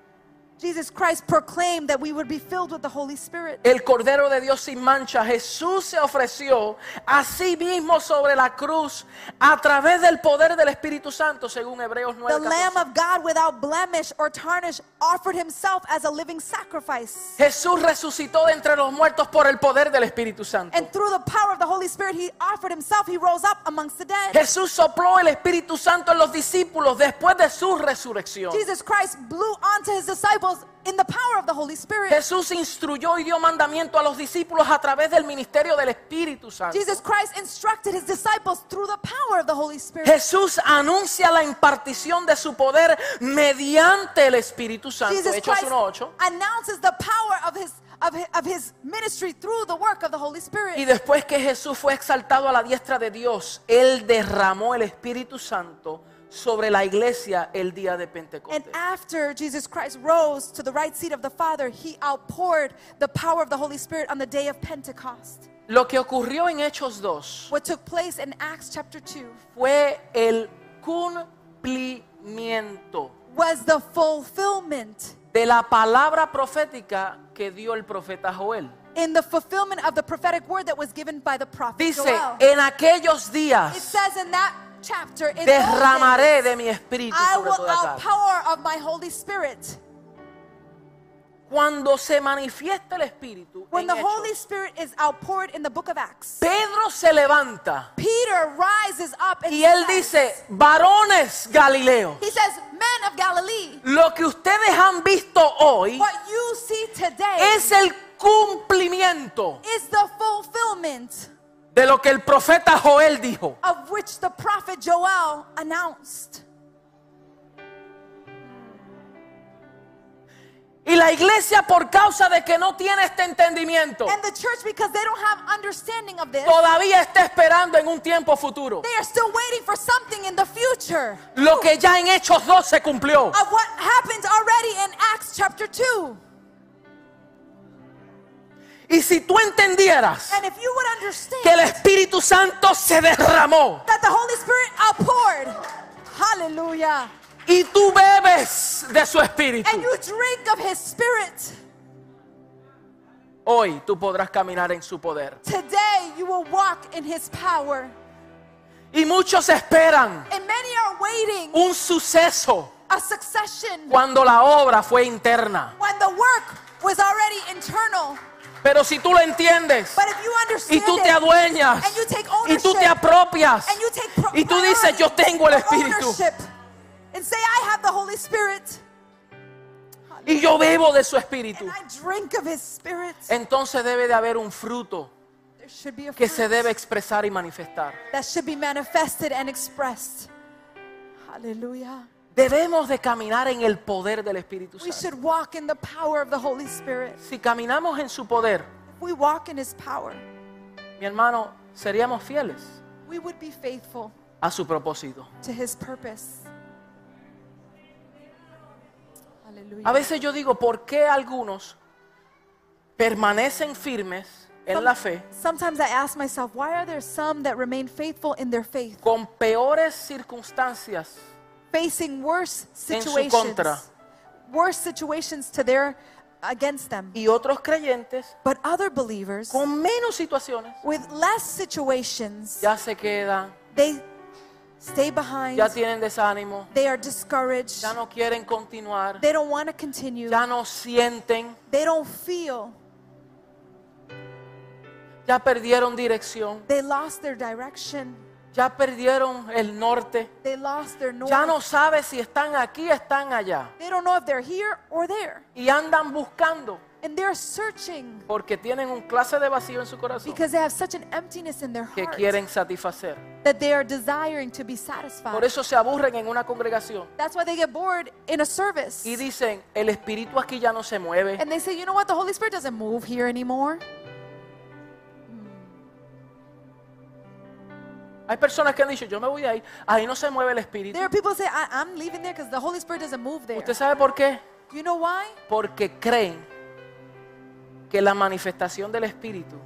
Jesus Christ proclaimed that we would be filled with the Holy Spirit.
El Cordero de Dios sin mancha, Jesús se ofreció a sí mismo sobre la cruz a través del poder del Espíritu Santo, según Hebreos
The
9.
Lamb of God without blemish or tarnish offered himself as a living sacrifice.
Jesús resucitó de entre los muertos por el poder del Espíritu Santo.
And through the power of the Holy Spirit, he offered himself. He rose up amongst the dead.
Jesús sopló el Espíritu Santo en los discípulos después de su resurrección.
Jesus Christ blew onto his disciples in the power of the Holy Spirit.
Jesús instruyó y dio mandamiento a los discípulos a través del ministerio del Espíritu Santo.
Jesus Christ instructed his disciples through the power of the Holy Spirit.
Jesús anuncia la impartición de su poder mediante el Espíritu Santo.
Jesus
Hechos
Christ
1.8.
announces the power of his, of his of his ministry through the work of the Holy Spirit.
Y después que Jesús fue exaltado a la diestra de Dios, Él derramó el Espíritu Santo sobre la iglesia el día de
And
Pentecostés.
after Jesus Christ rose to the right seat of the Father, he outpoured the power of the Holy Spirit on the day of Pentecost.
Lo que ocurrió en Hechos 2
What took place in Acts chapter 2
fue el cumplimiento
was the fulfillment
de la palabra profética que dio el profeta Joel.
in the fulfillment of the prophetic word that was given by the prophet
Dice,
Joel.
en aquellos
It
días
says in that chapter, in those
derramaré
days,
de mi espíritu
I
sobre
will
toda carne.
outpour of my Holy Spirit.
Cuando se manifiesta el espíritu,
When
en
the
hechos,
Holy Spirit is outpoured in the book of Acts,
Pedro se levanta
Peter rises up and
y él
says-
dice, varones Galileos,
he says, men of Galilee,
lo que ustedes han visto hoy
what you see today
es el cumplimiento
is the fulfillment
de lo que el profeta Joel dijo.
of which the prophet Joel announced.
Y la iglesia por causa de que no tiene este entendimiento,
And the church, because they don't have understanding of this,
todavía está esperando en un tiempo futuro
they are still waiting for something in the future
lo que ya en Hechos 2 se cumplió.
of what happened already in Acts chapter 2.
Y si tú entendieras
And if you would
que el
understand
Espíritu Santo se derramó
that the Holy Spirit outpoured, hallelujah,
y tú bebes de su Espíritu,
and you drink of His Spirit,
hoy tú podrás caminar en su poder.
today you will walk in His power.
Y muchos esperan
And many are waiting
un suceso
a succession
cuando la obra fue interna.
when the work was already internal.
Pero si tú lo entiendes
But if you
y
understand
tú te
it,
adueñas
and you take
y tú te
ownership,
apropias
and you take pro-
y tú dices yo
priority
tengo el
of
Espíritu
ownership and say I have the Holy Spirit
y yo bebo de su Espíritu,
and I drink of His Spirit.
entonces debe de haber un fruto
There should be a
Eh, que se
fruit
debe expresar y manifestar.
that should be manifested and expressed. Hallelujah.
Debemos de caminar en el poder del Espíritu
We
Santo.
should walk in the power of the Holy Spirit.
Si caminamos en su poder,
If we walk in His power,
mi hermano, seríamos fieles
we would be faithful
a su propósito.
to His purpose. Hallelujah.
A veces yo digo, ¿por qué algunos permanecen firmes en
Some-
la fe
Sometimes I ask myself, why are there some that remain faithful in their faith,
con peores circunstancias
facing worse
En su
situations,
contra.
worse situations to their against them,
y otros creyentes
but other believers
con menos situaciones
with less situations,
ya se quedan,
they stay behind,
ya tienen desánimo,
they are discouraged,
ya no quieren continuar,
they don't want to continue,
ya no sienten,
they don't feel,
ya perdieron dirección,
they lost their direction,
ya perdieron el norte,
they lost their north,
ya no sabe si están aquí, están allá
they don't know if they're here or there,
y andan buscando
and they're searching
porque tienen un clase de vacío en su corazón
because they have such an emptiness in their
que
heart.
quieren satisfacer.
that they are desiring to be
Por
satisfied.
eso se aburren en una congregación
That's why they get bored in a service.
y dicen, el espíritu aquí ya no se mueve.
And they say, you know what? The Holy Spirit doesn't move here anymore.
Hay personas que han dicho, yo me voy de ahí, ahí no se mueve el espíritu.
There are people who say, I- I'm leaving there because the Holy Spirit doesn't move there.
¿Usted sabe por qué?
Do you know why?
Porque creen que la manifestación del espíritu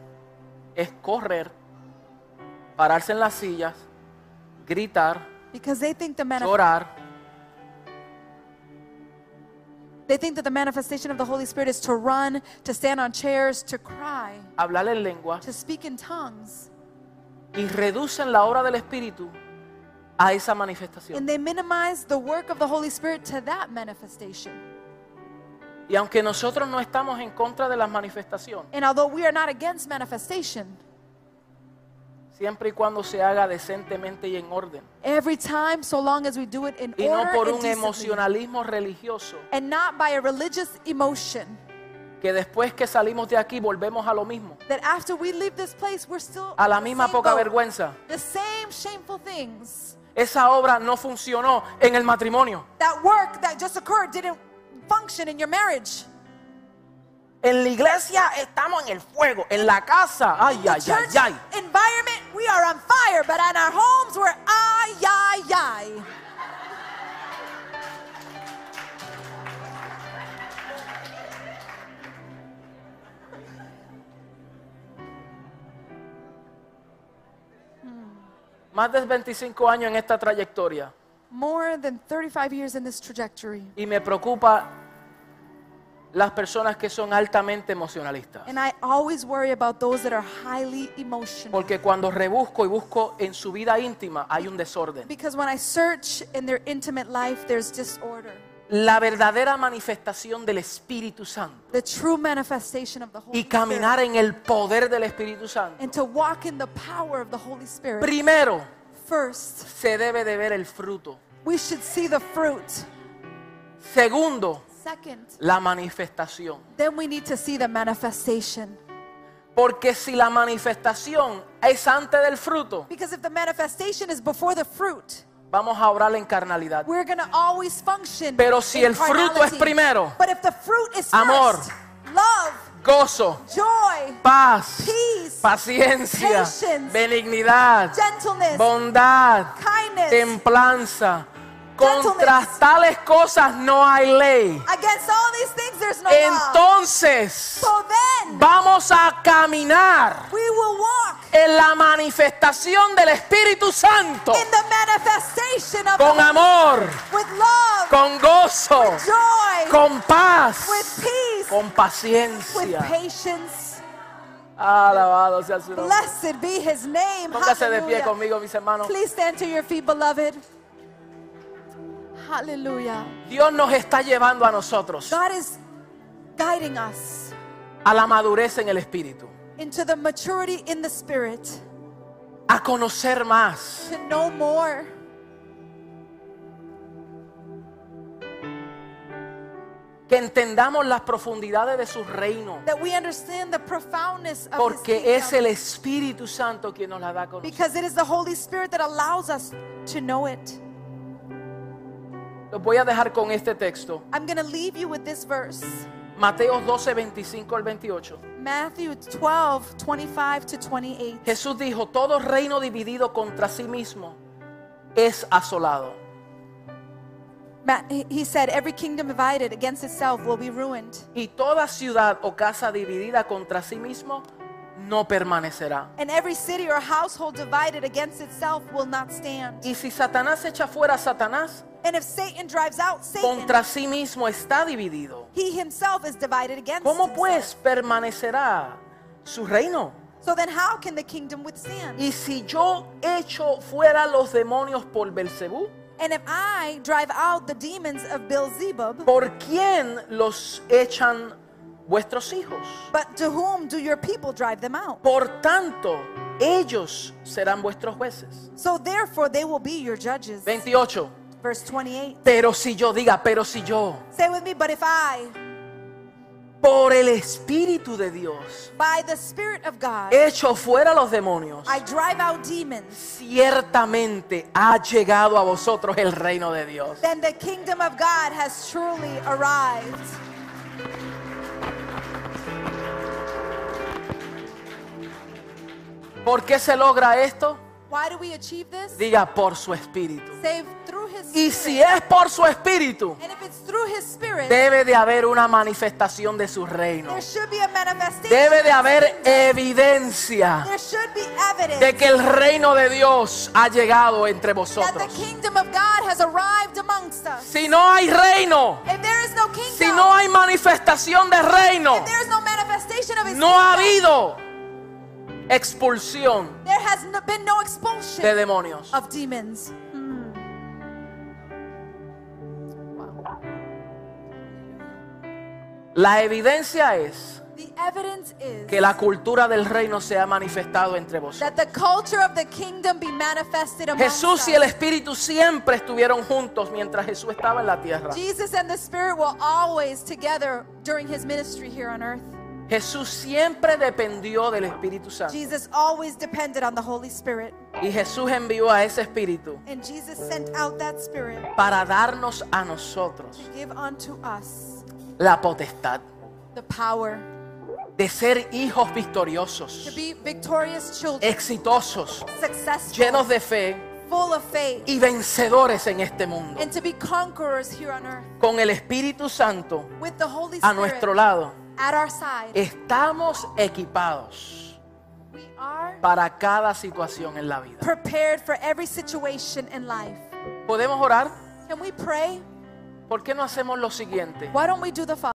es correr, pararse en las sillas, gritar,
Because they think the manif-
llorar.
they think that the manifestation of the Holy Spirit is to run, to stand on chairs, to cry,
hablar en lengua
to speak in tongues.
y reducen la obra del espíritu a esa manifestación.
And they minimize the work of the Holy Spirit to that manifestation.
Y aunque nosotros no estamos en contra de las manifestaciones,
And although we are not against manifestation,
siempre y cuando se haga decentemente y en orden,
every time, so long as we do it in
y
order
no por
and
un
decently.
emocionalismo religioso
and not by a religious emotion
que después que salimos de aquí volvemos a lo mismo,
that after we leave this place we're still
a la
in the
misma
same
poca
boat.
vergüenza.
the same shameful things
Esa obra no funcionó en el matrimonio.
that work that just occurred didn't function in your marriage
En la iglesia estamos en el fuego, en la casa, ay,
the
ay, ay,
church
ay.
environment we are on fire but in our homes we're ay ay ay
Más de 25 años en esta trayectoria
more than 35 years in this trajectory
y me preocupa las personas que son altamente emocionalistas.
And I always worry about those that are highly emotional.
Porque cuando rebusco y busco en su vida íntima hay un desorden.
Because when I search in their intimate life, there's disorder.
La verdadera manifestación del Espíritu Santo
The true manifestation of the Holy
y caminar
Spirit.
en el poder del Espíritu Santo.
And to walk in the power of the Holy Spirit.
Primero,
First,
se debe de ver el fruto.
we should see the fruit.
Segundo,
Second,
la manifestación.
then we need to see the manifestation.
Porque si la manifestación es antes del fruto,
Because if the manifestation is before the fruit,
vamos a orar en carnalidad.
we're going to always function.
Pero si
in
el fruto es
carnality.
primero,
but if the fruit is
amor,
first, love,
Gozo,
joy,
paz,
peace,
paciencia,
patience,
benignidad,
gentleness,
bondad,
kindness.
templanza.
Gentleness.
Contra tales cosas no hay ley.
Against all these things, there's no law.
Entonces
So then,
vamos a caminar
we will walk
en la manifestación del Espíritu Santo
in the manifestation of
con
the-
amor,
with love,
con gozo,
joy,
con paz,
with peace,
con
with
paciencia.
patience.
Alabado sea su nombre.
Blessed be His name.
Póngase de pie
Hallelujah.
conmigo, mis hermanos.
Please stand to your feet, beloved. Hallelujah.
Dios nos está llevando a nosotros
God is guiding us
a la madurez en el espíritu,
into the maturity in the spirit
a conocer más,
to know more,
que entendamos las profundidades de su reino,
that we understand the profoundness of His
porque
kingdom.
es el Espíritu Santo quien nos la da a conocer.
Because it is the Holy Spirit that allows us to know it.
Los voy a dejar con este texto,
I'm going to leave you with this verse
Mateo 12, 25 al 28.
Matthew 12, 25 to 28.
Jesús dijo, todo reino dividido contra sí mismo es asolado.
Ma- he- He said, Every kingdom divided against itself will be ruined,
Y toda ciudad o casa dividida contra sí mismo no permanecerá.
and every city or household divided against itself will not stand.
Y si Satanás echa fuera a Satanás,
And if Satan drives out Satan,
contra sí mismo está dividido.
he himself is divided against
¿Cómo
himself.
pues permanecerá su reino?
So then, how can the kingdom withstand?
Y si yo echo fuera los demonios por Belcebú,
And if I drive out the demons of Beelzebub,
¿por quién los echan vuestros hijos?
but to whom do your people drive them out?
Por tanto, ellos serán vuestros jueces.
So therefore, they will be your judges.
28.
Verse 28.
Pero si yo diga, pero si yo,
Say with me, but if I,
por el Espíritu de Dios,
by the Spirit of God,
echo fuera los demonios,
I drive out demons,
ciertamente ha llegado a vosotros el reino de Dios.
then the kingdom of God has truly arrived.
¿Por qué se logra esto?
Why do we achieve this?
Diga por su espíritu.
Save through His
Y si
Spirit.
es por su espíritu,
And if it's through His Spirit,
debe de haber una manifestación de su reino.
there should be a manifestation.
Debe de haber evidencia
There should be
de
evidence
que el reino de Dios ha llegado
that the
entre vosotros.
kingdom of God has arrived amongst us.
Si no hay reino,
If there is no
si
kingdom,
no hay manifestación de reino,
if there is no manifestation of His
no ha
kingdom,
habido expulsión
there has no- been no expulsion
de demonios.
of demons.
La evidencia es
The evidence is
que la cultura del reino se ha manifestado entre vosotros.
that the culture of the kingdom be manifested among
Jesús y el Espíritu siempre estuvieron juntos mientras Jesús estaba en la tierra.
Jesus and the Spirit were always together during his ministry here on earth.
Jesús siempre dependió del Espíritu Santo.
Jesus always depended on the Holy Spirit,
Y Jesús envió a ese Espíritu
and Jesus sent out that Spirit
para darnos a
to
nosotros
give unto us
la potestad
the power
de ser hijos
to
victoriosos,
be victorious children,
exitosos,
successful,
llenos de fe
full of faith,
y vencedores en este mundo.
and to be conquerors here on earth
Con el Espíritu Santo
with the Holy
a nuestro Eh.
Spirit
lado,
at our side.
estamos equipados
We are
para cada situación en la vida.
prepared for every situation in life.
¿Podemos orar?
Can we pray?
¿Por qué no hacemos lo siguiente?
Why don't we do the following?